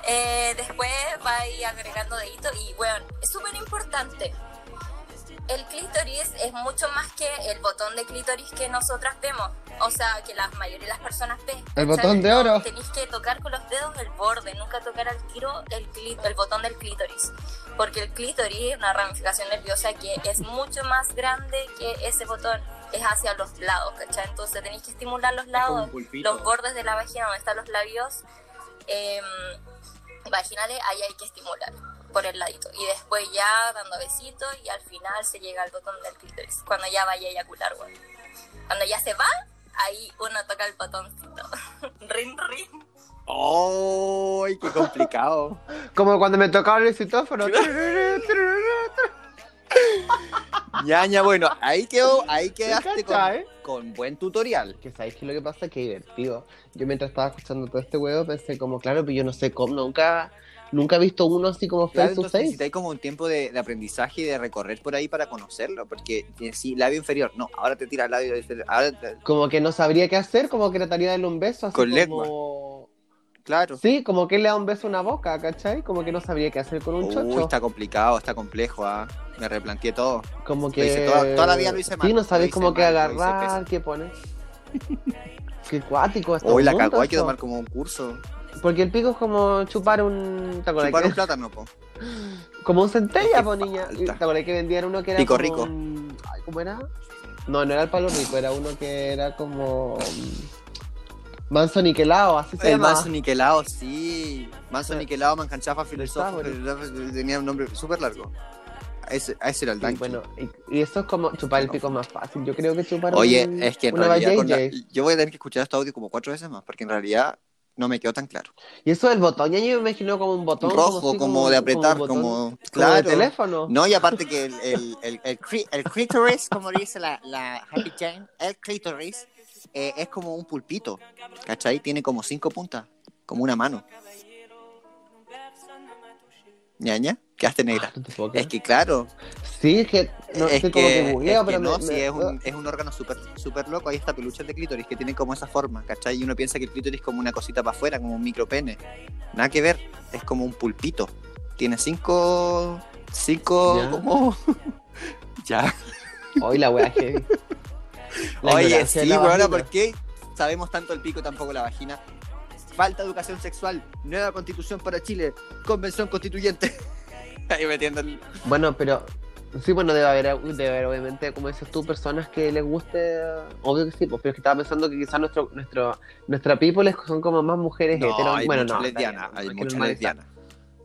S3: eh, después va a ir agregando dedito y bueno, es súper importante. El clítoris es mucho más que el botón de clítoris que nosotras vemos, o sea, que la mayoría de las personas ven.
S1: El
S3: O sea,
S1: botón de oro.
S3: Tenéis que tocar con los dedos el borde, nunca tocar al tiro el, clí- el botón del clítoris, porque el clítoris es una ramificación nerviosa que es mucho más grande que ese botón, es hacia los lados, ¿cachai? Entonces tenéis que estimular los lados, los bordes de la vagina donde están los labios em, vaginales, ahí hay que estimular por el ladito y después ya dando besitos y al final se llega al botón del clítoris, cuando ya vaya a eyacular, bueno. cuando ya se va, ahí uno toca el botoncito. Rin, rin.
S2: ¡Ay, qué complicado!
S1: Como cuando me tocaron el citófono.
S2: ñaña, bueno, ahí quedó, ahí quedaste con,
S1: ¿Cachai?
S2: con buen tutorial.
S1: que sabéis que lo que pasa que divertido. Yo mientras estaba escuchando todo este huevo pensé como, claro, pero yo no sé cómo, nunca, nunca he visto uno así como
S2: Claro,
S1: face to
S2: entonces
S1: face.
S2: necesitáis como un tiempo de, de aprendizaje y de recorrer por ahí para conocerlo, porque si labio inferior, no, ahora te tira el labio inferior, ahora te-
S1: Como que no sabría qué hacer, como que trataría de darle un beso así
S2: Con
S1: como...
S2: lengua. Claro.
S1: Sí, como que le da un beso a una boca, ¿cachai? Como que no sabría qué hacer con un
S2: Uy,
S1: chocho.
S2: está complicado, está complejo, ah. Me replanteé todo.
S1: Como que.
S2: hice toda- toda la vida lo hice mal,
S1: Sí, no
S2: lo
S1: sabéis
S2: hice
S1: como qué
S2: mal, lo hice
S1: agarrar,
S2: pésimo.
S1: qué poner. qué cuático está
S2: Hoy la
S1: mundo
S2: cagó, hay que
S1: eso.
S2: tomar como un curso.
S1: Porque el pico es como chupar un. ¿Te acordás
S2: Chupar
S1: que-
S2: un plátano, po.
S1: Como un centella,
S2: Qué
S1: po, niña. ¿Te
S2: falta.
S1: acordás que vendían uno que era.
S2: Pico
S1: como
S2: rico.
S1: un- Ay, ¿Cómo era? No, no era el palo rico, era uno que era como. mm, Manso niquelado, así se
S2: El
S1: llama.
S2: manso niquelado, sí. Manso
S1: Eh.
S2: niquelado, mancanchafa,
S1: Está
S2: filósofo, filósofo, tenía un nombre súper largo. A ese, a ese era el
S1: Sí,
S2: danke.
S1: bueno, y, y eso es como chupar el pico más fácil. Yo creo que chupar
S2: Oye,
S1: un-
S2: es que en
S1: una
S2: realidad con la-
S1: vajayjay.
S2: yo voy a tener que escuchar este audio como cuatro veces más, porque en realidad no me quedó tan claro.
S1: Y eso del botón, ya yo me imagino como un botón.
S2: Rojo,
S1: así,
S2: como, de
S1: un-
S2: apretar,
S1: un
S2: como,
S1: botón, como de
S2: claro.
S1: teléfono.
S2: no, y aparte que el, el, el, el, cri- el clítoris, como dice la, la Happy Jane, el clítoris eh, es como un pulpito, ¿cachai? Tiene como cinco puntas, como una mano. ¿Ñaña? Quedaste negra.
S1: No te puedo creer.
S2: Es que claro,
S1: Sí, es que no,
S2: es,
S1: estoy
S2: que,
S1: como que bugueo,
S2: es que
S1: pero me-
S2: no,
S1: me-
S2: sí, es un, es un órgano súper super loco. Hay hasta peluches de clítoris que tienen como esa forma, ¿cachai? Y uno piensa que el clítoris es como una cosita para afuera, como un micropene. Nada que ver, es como un pulpito. Tiene cinco. Cinco.
S1: Ya.
S2: como. ya.
S1: Hoy la wea heavy. La
S2: Oye,
S1: ignorancia de
S2: sí,
S1: la
S2: bueno,
S1: vagina.
S2: ¿por qué sabemos tanto el pico y tampoco la vagina? Falta educación sexual, nueva constitución para Chile, convención constituyente. Ahí metiendo el.
S1: Bueno, pero. Sí, bueno, debe haber, debe haber, obviamente, como dices tú, personas que les guste. Obvio que sí, pues, pero es que estaba pensando que quizás nuestro, nuestro, nuestra people es- son como más mujeres hetero.
S2: hay
S1: Bueno,
S2: mucha
S1: no. está bien,
S2: lesbiana,
S1: no
S2: hay
S1: que
S2: mucha
S1: normalizar.
S2: lesbiana.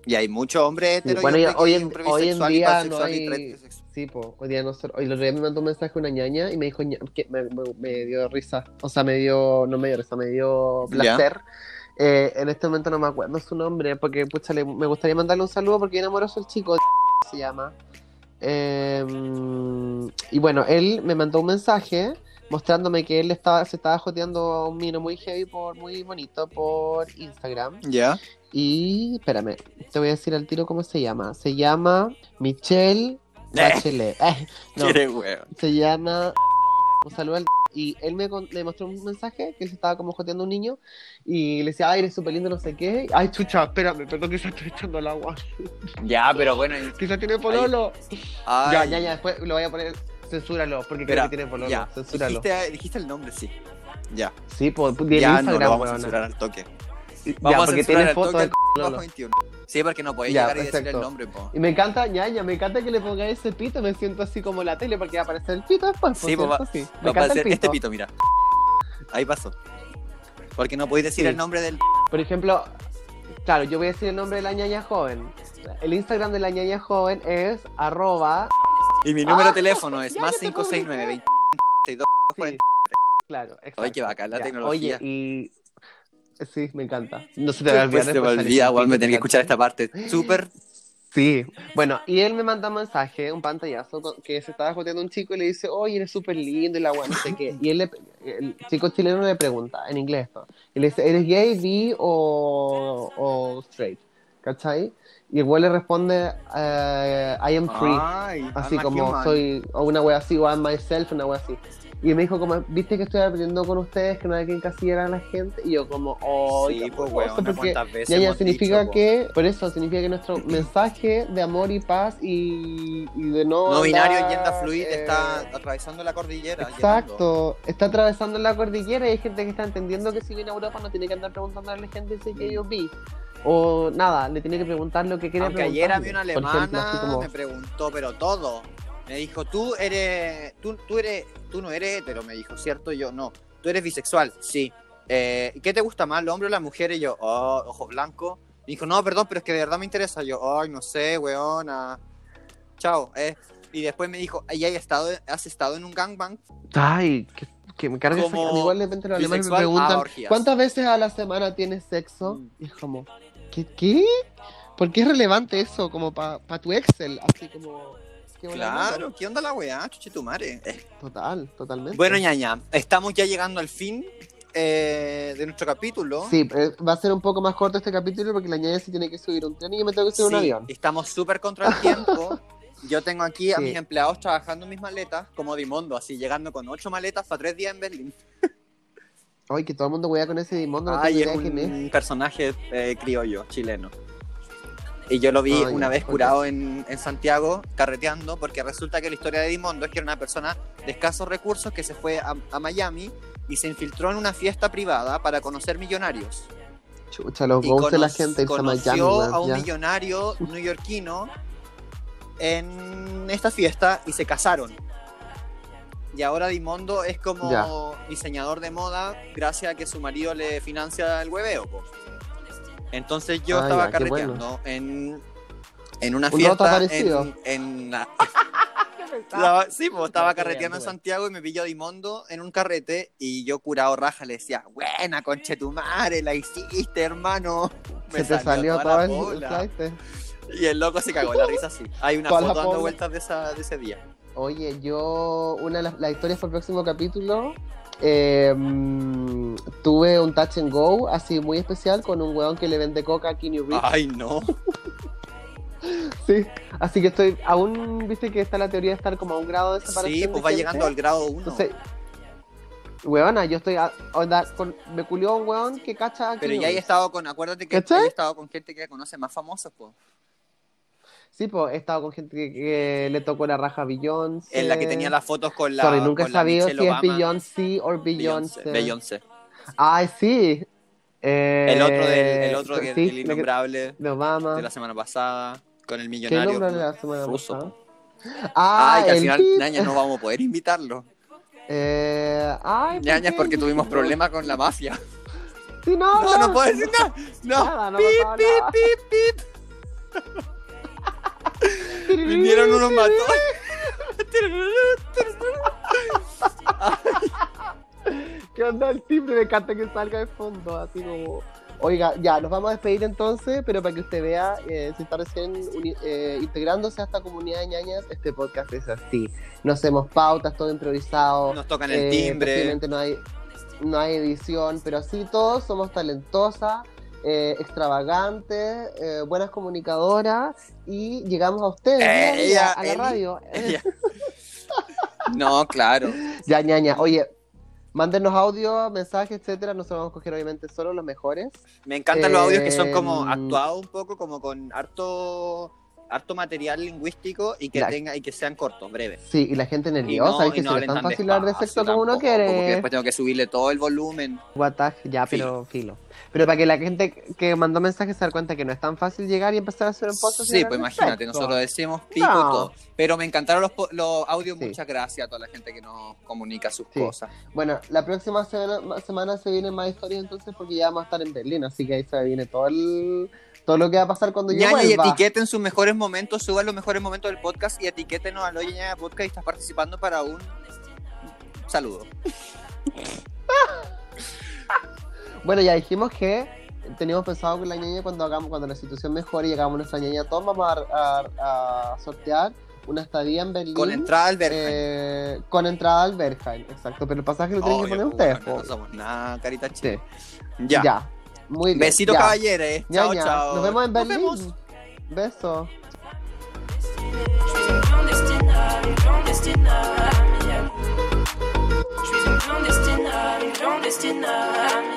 S2: Y hay muchos hombres heteros
S1: bueno,
S2: y
S1: ya-
S2: hombres
S1: hoy
S2: gays,
S1: en-
S2: hombres
S1: hoy en
S2: bisexuales,
S1: día no
S2: pansexuales y
S1: hay-
S2: transexuales.
S1: Sí, pues, hoy día no ser- hoy el otro día me mandó un mensaje una ñaña y me dijo ña- que me, me- me dio risa. O sea, me dio, no me dio risa, me dio
S2: Ya.
S1: placer. Eh, en este momento no me acuerdo su nombre, porque pucha, le- me gustaría mandarle un saludo porque es amoroso el chico, se llama. Eh, y bueno, él me mandó un mensaje mostrándome que él estaba, se estaba joteando a un mino muy heavy, por muy bonito, por Instagram.
S2: Ya.
S1: Y espérame, te voy a decir al tiro cómo se llama. Se llama Michelle Bachelet. Eh, no,
S2: Eh. Quiere huevo.
S1: se llama. Un saludo al. Y él me, con- le mostró un mensaje que él se estaba como joteando a un niño y le decía, ay, eres súper lindo, no sé qué. Ay, chucha, espérame, perdón que se estoy echando al agua.
S2: Ya, pero bueno. y-
S1: Quizá tiene pololo.
S2: ay,
S1: Ya, ya, ya, después lo voy a poner. Censúralo, porque
S2: Espera,
S1: creo que tiene pololo.
S2: ya.
S1: Censúralo.
S2: Dijiste, ah, dijiste el nombre, sí. Ya.
S1: Sí, por, por- di el
S2: ya no lo
S1: Instagram,
S2: vamos a
S1: weona.
S2: censurar al toque.
S1: Ya,
S2: Vamos a censurar
S1: porque tiene
S2: al
S1: fotos
S2: toque
S1: del
S2: al
S1: pololo.
S2: bajo 21. Sí, porque no podéis
S1: Ya,
S2: llegar y decir
S1: perfecto.
S2: el nombre, po.
S1: Y me encanta, ñaña, me encanta que le pongáis ese pito, me siento así como la tele porque va a aparecer el pito después. por
S2: Sí, pues, va-
S1: cierto, sí. Me
S2: Va a
S1: encanta
S2: aparecer
S1: el pito.
S2: este pito, mira. Ahí pasó. Porque no podéis decir
S1: Sí.
S2: el nombre del.
S1: Por ejemplo, claro, yo voy a decir el nombre de la ñaña joven. El Instagram de la ñaña joven es arroba.
S2: Y mi número de
S1: Ah,
S2: teléfono es
S1: ya,
S2: más
S1: ya te
S2: 569 20.
S1: sí, claro, exacto.
S2: Oye, qué bacán la
S1: Ya,
S2: tecnología.
S1: Oye, y. Sí, me encanta. No se te va a olvidar.
S2: Pues se me
S1: después,
S2: olvida,
S1: Alicia,
S2: igual me tenía que
S1: encanta.
S2: escuchar esta parte. Súper
S1: Sí, bueno, y él me manda un mensaje, un pantallazo, con- que se estaba joteando un chico y le dice, oye, eres súper lindo y la guay, no sé qué. Y él le- el chico chileno le pregunta, en inglés esto, y le dice, ¿eres gay, bi o, o straight? ¿Cachai? Y el güey le responde, eh, I am free.
S2: Ay,
S1: Así
S2: I'm a
S1: como
S2: human.
S1: soy, o una wea así, o I'm myself, una wea así. Y me dijo como, viste que estoy aprendiendo con ustedes, que no hay que encasillar a la gente. Y yo como, oh,
S2: Sí,
S1: qué
S2: pues,
S1: hermoso",
S2: weón,
S1: porque
S2: ¿cuántas veces
S1: ya, ya,
S2: hemos
S1: significa
S2: dicho, po?
S1: que, por eso, significa que nuestro mensaje de amor y paz y, y de no...
S2: No binario
S1: andar,
S2: yenda fluid
S1: eh,
S2: está atravesando la cordillera. llenando.
S1: Exacto, está atravesando la cordillera y hay gente que está entendiendo que si viene a Europa no tiene que andar preguntando a la gente si
S2: Mm.
S1: que yo vi. O nada, le tiene que preguntar lo que quiere
S2: Aunque ayer a mí una
S1: preguntarle.
S2: alemana
S1: Por ejemplo, así como,
S2: me preguntó, pero todo. Me dijo, tú eres, tú, tú eres, tú no eres hetero, me dijo, ¿cierto? Y Yo, no. Tú eres bisexual, sí. Eh, ¿Qué te gusta más, el hombre o la mujer? Y yo, oh, ojo blanco. Me dijo, no, perdón, pero es que de verdad me interesa. Yo, ay, no sé, weona. Chao. eh. Y después me dijo, ¿y hay estado, has estado en un gangbang?
S1: Ay, que, que me cargue
S2: Como
S1: ese- Igual de repente los alemanes me
S2: bisexual a
S1: preguntan
S2: orgías.
S1: ¿Cuántas veces a la semana tienes sexo?
S2: Mm.
S1: Y es como ¿Qué? qué? ¿Por qué es relevante eso? Como para tu Excel Así como qué buena onda.
S2: Claro, ¿qué onda la weá? Chuchitumare.
S1: Total, totalmente
S2: Bueno, ñaña, estamos ya llegando al fin eh, de nuestro capítulo.
S1: Sí, eh, va a ser un poco más corto este capítulo Porque la ñaña se tiene que subir a un tren Y yo me tengo que subir a un
S2: Sí,
S1: avión
S2: Estamos súper contra el tiempo. Yo tengo aquí a
S1: Sí.
S2: mis empleados trabajando en mis maletas, como Dimondo, así llegando con ocho maletas para tres días en Berlín.
S1: Ay, que todo el mundo hueá con ese Dimondo, no tengo
S2: Ay, es
S1: idea quién es.
S2: un personaje eh, criollo, chileno. Y yo lo vi
S1: Ay,
S2: una vez
S1: ok.
S2: curado en, en Santiago, carreteando, porque resulta que la historia de Dimondo es que era una persona de escasos recursos que se fue a, a Miami y se infiltró en una fiesta privada para conocer millonarios.
S1: Chucha, los
S2: Y
S1: goals de la
S2: cono-
S1: gente irse a Miami,
S2: conoció
S1: weón,
S2: a un
S1: ya.
S2: millonario neoyorquino en esta fiesta y se casaron. Y ahora Dimondo es como
S1: Ya.
S2: diseñador de moda gracias a que su marido le financia el hueveo. po. Entonces yo
S1: Ah,
S2: estaba
S1: ya, qué bueno.
S2: carreteando en, en una
S1: Un roto
S2: fiesta
S1: aparecido.
S2: en, en la-
S1: Ah.
S2: Estaba- sí, pues estaba carreteando en
S1: weón.
S2: Santiago y me pilló Dimondo en un carrete y yo curado raja le decía, buena conchetumare, la hiciste, hermano. Me
S1: Se te salió
S2: toda
S1: todo
S2: la
S1: el
S2: bola.
S1: flight.
S2: Y el loco se cagó en la risa así. Hay una
S1: Toda la
S2: foto dando
S1: bola.
S2: vueltas de, esa, de ese día.
S1: Oye, yo, una de las, las historias para el próximo capítulo, eh, mm, tuve un touch and go así muy especial con un weón que le vende coca a Kenny Reeves.
S2: Ay, no.
S1: Sí, así que estoy, aún viste que está la teoría de estar como a un grado de separación.
S2: Sí,
S1: de
S2: pues va
S1: gente.
S2: llegando al grado 1.
S1: Entonces, weona, yo estoy, a- onda, con- me culió un weón que cacha a
S2: Pero
S1: Keanu
S2: ya he
S1: Reeves.
S2: estado con, acuérdate que
S1: ¿Cachai?
S2: he estado con gente que conoce más famosos, pues.
S1: Sí, pues he estado con gente que, que le tocó la raja a Beyoncé.
S2: En la que tenía las fotos con la.
S1: Eh, Sorry, nunca he
S2: con la
S1: sabido
S2: Michelle
S1: si es
S2: Obama.
S1: Beyoncé o Beyoncé.
S2: Beyoncé. Beyoncé.
S1: Ay, sí. Eh,
S2: El otro, del, el otro
S1: sí,
S2: que,
S1: la
S2: el innombrable
S1: de Obama.
S2: de la semana pasada, con el
S1: ¿Qué
S2: millonario.
S1: nombre de la semana
S2: ruso,
S1: pasada?
S2: po.
S1: Ah,
S2: Ay, que
S1: el
S2: al final
S1: Pete.
S2: Ñaña no vamos a poder invitarlo.
S1: Eh, ay, ¿por
S2: Ñaña es
S1: qué?
S2: porque tuvimos problemas con la mafia.
S1: Sí, no,
S2: No, no puedo decir nada. No.
S1: Nada, no
S2: Pip,
S1: pasaba nada.
S2: pip, pip. Vinieron unos matones.
S1: ¿Qué onda el timbre? Me encanta que salga de fondo, así como... Oiga, ya, nos vamos a despedir entonces, pero para que usted vea, eh, si está recién uni- eh, integrándose a esta comunidad de ñañas, este podcast es así. No hacemos pautas, todo improvisado.
S2: Nos tocan
S1: eh,
S2: el timbre.
S1: posiblemente no hay, no hay edición, pero sí todos somos talentosas, eh, extravagantes, eh, buenas comunicadoras y llegamos a ustedes,
S2: Eh,
S1: ñaña,
S2: ella,
S1: a la
S2: él.
S1: radio.
S2: Ya. No, claro.
S1: Ya, ñaña. Oye, mándenos audio, mensajes, etcétera. Nosotros vamos a coger, obviamente, solo los mejores.
S2: Me encantan los audios que son como
S1: Em,
S2: actuados un poco, como con harto harto material lingüístico y que
S1: Claro.
S2: tenga y que sean cortos, breves.
S1: Sí, y la gente
S2: Y
S1: nerviosa,
S2: no,
S1: ¿sabes?
S2: y no
S1: que se le
S2: hablen
S1: tan
S2: tan
S1: fácil hablar de
S2: despacio
S1: sexo como uno
S2: tampoco, Porque
S1: quiere.
S2: después tengo que subirle todo el volumen.
S1: What the- ya, pero filo. Pero para que la gente que mandó mensajes se dé cuenta que no es tan fácil llegar y empezar a hacer un podcast. y
S2: Sí,
S1: hablar
S2: pues
S1: de
S2: imagínate,
S1: sexo.
S2: nosotros decimos pico
S1: No.
S2: y todo. Pero me encantaron los, po- los audios,
S1: Sí.
S2: muchas gracias a toda la gente que nos comunica sus
S1: Sí.
S2: cosas.
S1: Bueno, la próxima semana, semana se vienen más historias entonces porque ya vamos a estar en Berlín, así que ahí se viene todo el, todo lo que va a pasar cuando yo
S2: Ñaña, y
S1: vuelva.
S2: etiqueten sus mejores momentos, suban los mejores momentos del podcast y etiquétenos al Oye Ñaña Podcast y estás participando para un saludo.
S1: Bueno, ya dijimos que teníamos pensado que la ñaña cuando hagamos cuando la situación mejore y hagamos nuestra ñaña todos vamos a, a- a sortear una estadía en Berlín
S2: Con entrada al Bergen.
S1: eh, con entrada al Berghain, exacto, pero el pasaje lo tienen que poner ustedes.
S2: no
S1: po.
S2: somos nada, carita
S1: Sí,
S2: chica. pues, Ya.
S1: ya. Muy bien.
S2: Besitos,
S1: ya.
S2: caballeres. Chao,
S1: Ñaña,
S2: chao.
S1: Nos vemos en Berlín.
S2: vemos.
S1: Besos.
S8: Je suis une clandestine, une clandestine.